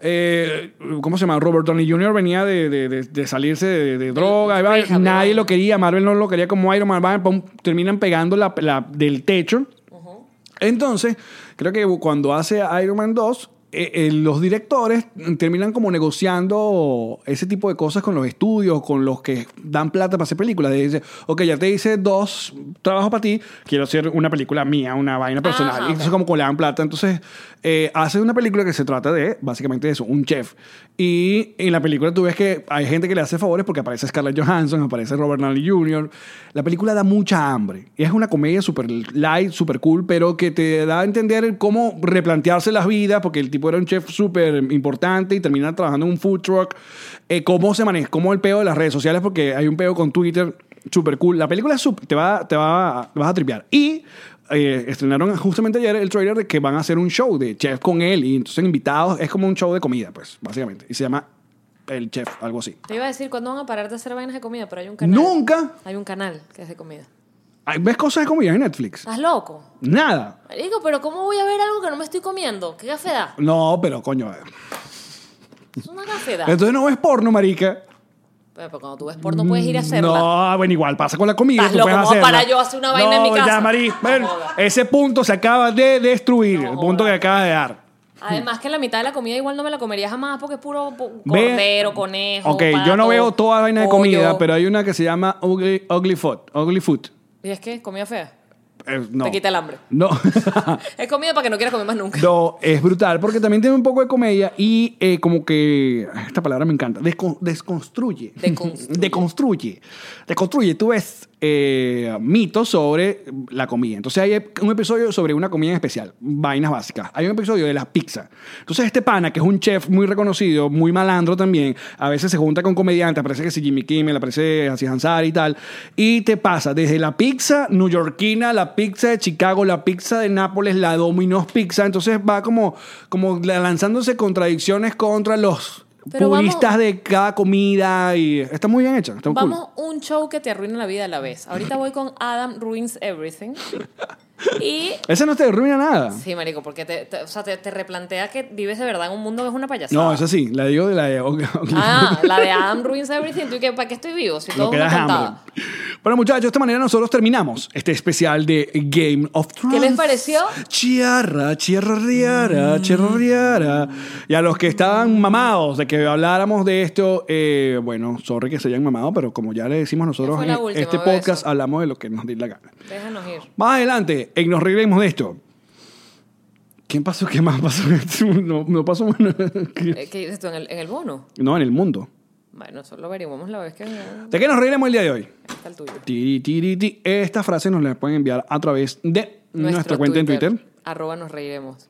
A: eh, ¿Cómo se llama? Robert Downey Jr. venía de, de- de- de salirse de, de droga. y vaina.
B: Rehab,
A: Nadie
B: ¿no?
A: lo quería. Marvel no lo quería como Iron Man. vaina, pum, Terminan pegando la, la- del techo. Entonces, creo que cuando hace Iron Man 2, eh, eh, los directores terminan como negociando ese tipo de cosas con los estudios, con los que dan plata para hacer películas. Y dice, ok, ya te hice dos trabajos para ti, quiero hacer una película mía, una vaina personal.
B: Ajá,
A: y entonces, como que le dan plata. Entonces, eh, hace una película que se trata de básicamente eso, un chef. Y en la película tú ves que hay gente que le hace favores porque aparece Scarlett Johansson, aparece Robert Downey Jr. La película da mucha hambre. Es una comedia súper light, súper cool, pero que te da a entender cómo replantearse las vidas, porque el tipo era un chef súper importante y termina trabajando en un food truck. Eh, cómo se maneja, cómo el peo de las redes sociales, porque hay un peo con Twitter súper cool. La película es sup- te, va, te, va, te vas a tripear. Y eh, estrenaron justamente ayer el trailer de que van a hacer un show de chef con él y entonces invitados. Es como un show de comida, pues, básicamente. Y se llama El Chef, algo así.
B: Te iba a decir, ¿cuándo van a parar de hacer vainas de comida? Pero hay un canal.
A: Nunca.
B: Hay un canal que es de comida.
A: Ay, ¿Ves cosas de comida en Netflix?
B: ¿Estás loco?
A: Nada.
B: Digo, pero ¿cómo voy a ver algo que no me estoy comiendo? ¿Qué gafe da?
A: No, pero coño. eh.
B: Es una gafe da.
A: Entonces no ves porno, marica.
B: Pero pero cuando tú ves porno puedes ir a hacerla.
A: No, bueno, igual pasa con la comida.
B: Estás
A: tú
B: loco,
A: puedes
B: ¿cómo
A: hacerla.
B: para yo hacer una vaina en mi
A: No,
B: casa?
A: Ya, Marí,
B: No
A: bueno,
B: jodas.
A: ese punto se acaba de destruir. el punto que acabas de dar.
B: Además que la mitad de la comida igual no me la comería jamás porque es puro po-
A: Ve-
B: cordero, conejo.
A: Ok, yo no
B: pato,
A: veo toda vaina de
B: pollo.
A: comida, pero hay una que se llama Ugly, ugly Food. Ugly Food.
B: ¿Y es que comida fea?
A: Eh, no.
B: Te quita el hambre.
A: No. (laughs)
B: Es comida para que no quieras comer más nunca.
A: No, es brutal, porque también tiene un poco de comedia y eh, como que, esta palabra me encanta, descon- desconstruye.
B: Deconstruye.
A: Deconstruye. Desconstruye. Tú ves eh, mitos sobre la comida. Entonces hay un episodio sobre una comida en especial, vainas básicas. Hay un episodio de las pizzas. Entonces este pana, que es un chef muy reconocido, muy malandro también, a veces se junta con comediantes, aparece que si Jimmy Kimmel, aparece Aziz Ansari y tal, y te pasa desde la pizza neoyorquina, la pizza de Chicago, la pizza de Nápoles, la Domino's Pizza. Entonces va como, como lanzándose contradicciones contra los
B: Pero
A: puristas
B: vamos-
A: Ah, de cada comida y está muy bien hecha. Está cool.
B: Vamos un show que te arruina la vida a la vez. Ahorita voy con Adam Ruins
A: (laughs)
B: Everything. Y...
A: Ese no te arruina nada.
B: Sí, marico, porque te, te- o sea, te, te replantea que vives de verdad en un mundo que es una payasada.
A: No, esa sí, la digo de la de
B: Ah, la de Adam Ruins Everything. ¿Tú qué? ¿Para qué estoy vivo? Si
A: (laughs) Lo
B: todo
A: que
B: es una
A: da hambre.
B: cantada.
A: Bueno, muchachos, de esta manera nosotros terminamos este especial de Game of Thrones.
B: les pareció? Mm.
A: Chiarra, chiarra, riara, chiarra, riara. Y a los que estaban mamados de que habláramos de esto, eh, bueno, sorry que se hayan mamado, pero como ya le decimos nosotros
B: fue
A: en
B: la última,
A: este
B: beso.
A: podcast, hablamos de lo que nos dé la gana.
B: Déjanos ir.
A: Más adelante, en nos reiremos de esto. ¿Quién pasó? ¿Qué más pasó? (laughs) No, no pasó más nada.
B: Eh, ¿Qué dices tú? ¿En el, en el bono?
A: (laughs) No, en el mundo.
B: Bueno, eso lo averiguamos la vez que eh,
A: ¿De qué nos reiremos el día de hoy?
B: está el tuyo.
A: Tiri, tiri, ti. Estas frases nos las pueden enviar a través de nuestra cuenta en Twitter.
B: Arroba nos reiremos.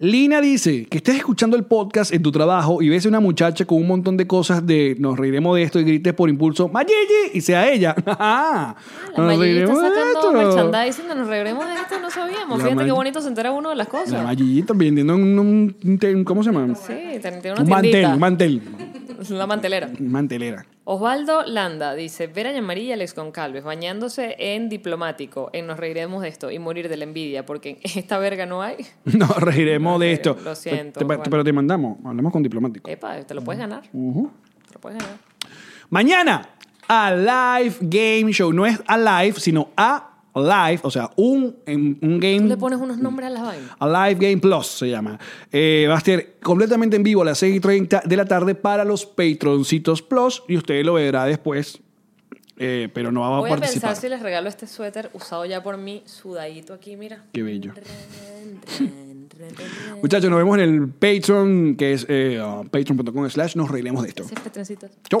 A: Lina dice que estés escuchando el podcast en tu trabajo y ves a una muchacha con un montón de cosas de nos reiremos de esto y grites por impulso ¡Mayigi! y sea ella. (laughs) ¡Ah!
B: La Mayigi está sacando
A: La
B: merchandising de nos reiremos de esto, no sabíamos.
A: La
B: Fíjate
A: May-
B: qué bonito se entera uno de las cosas.
A: Mayigi está vendiendo un, un- un te- ¿cómo se llama?
B: sí, ten- tiene
A: un
B: una
A: mantel,
B: tiendita.
A: un mantel,
B: La mantelera.
A: mantelera.
B: Osvaldo Landa dice, ver a Yamari y Alex Goncalves bañándose en diplomático, en nos reiremos de esto y morir de la envidia, porque en esta verga no hay.
A: (laughs) Nos reiremos de esto.
B: Lo siento,
A: Te- te-
B: bueno.
A: Pero te mandamos, hablamos con diplomático.
B: Epa, te lo puedes ganar. Te lo puedes ganar.
A: Mañana, a live game show. No es a live, sino a live, o sea, un, en- un
B: Tú le
A: game.
B: pones unos nombres a las vainas.
A: A Live Game Plus se llama. Eh, va a estar completamente en vivo a las 6 y 30 de la tarde para los Patroncitos Plus y usted lo verá después, eh, pero no va a
B: Voy a
A: participar.
B: pensar si les regalo este suéter usado ya por mí, sudadito aquí, mira.
A: Qué bello.
B: Ren, ren, ren, ren.
A: Muchachos, nos vemos en el Patreon, que es eh, uh, patreon.com slash nos reiremos de esto.
B: Ese petrencito.
A: Chau.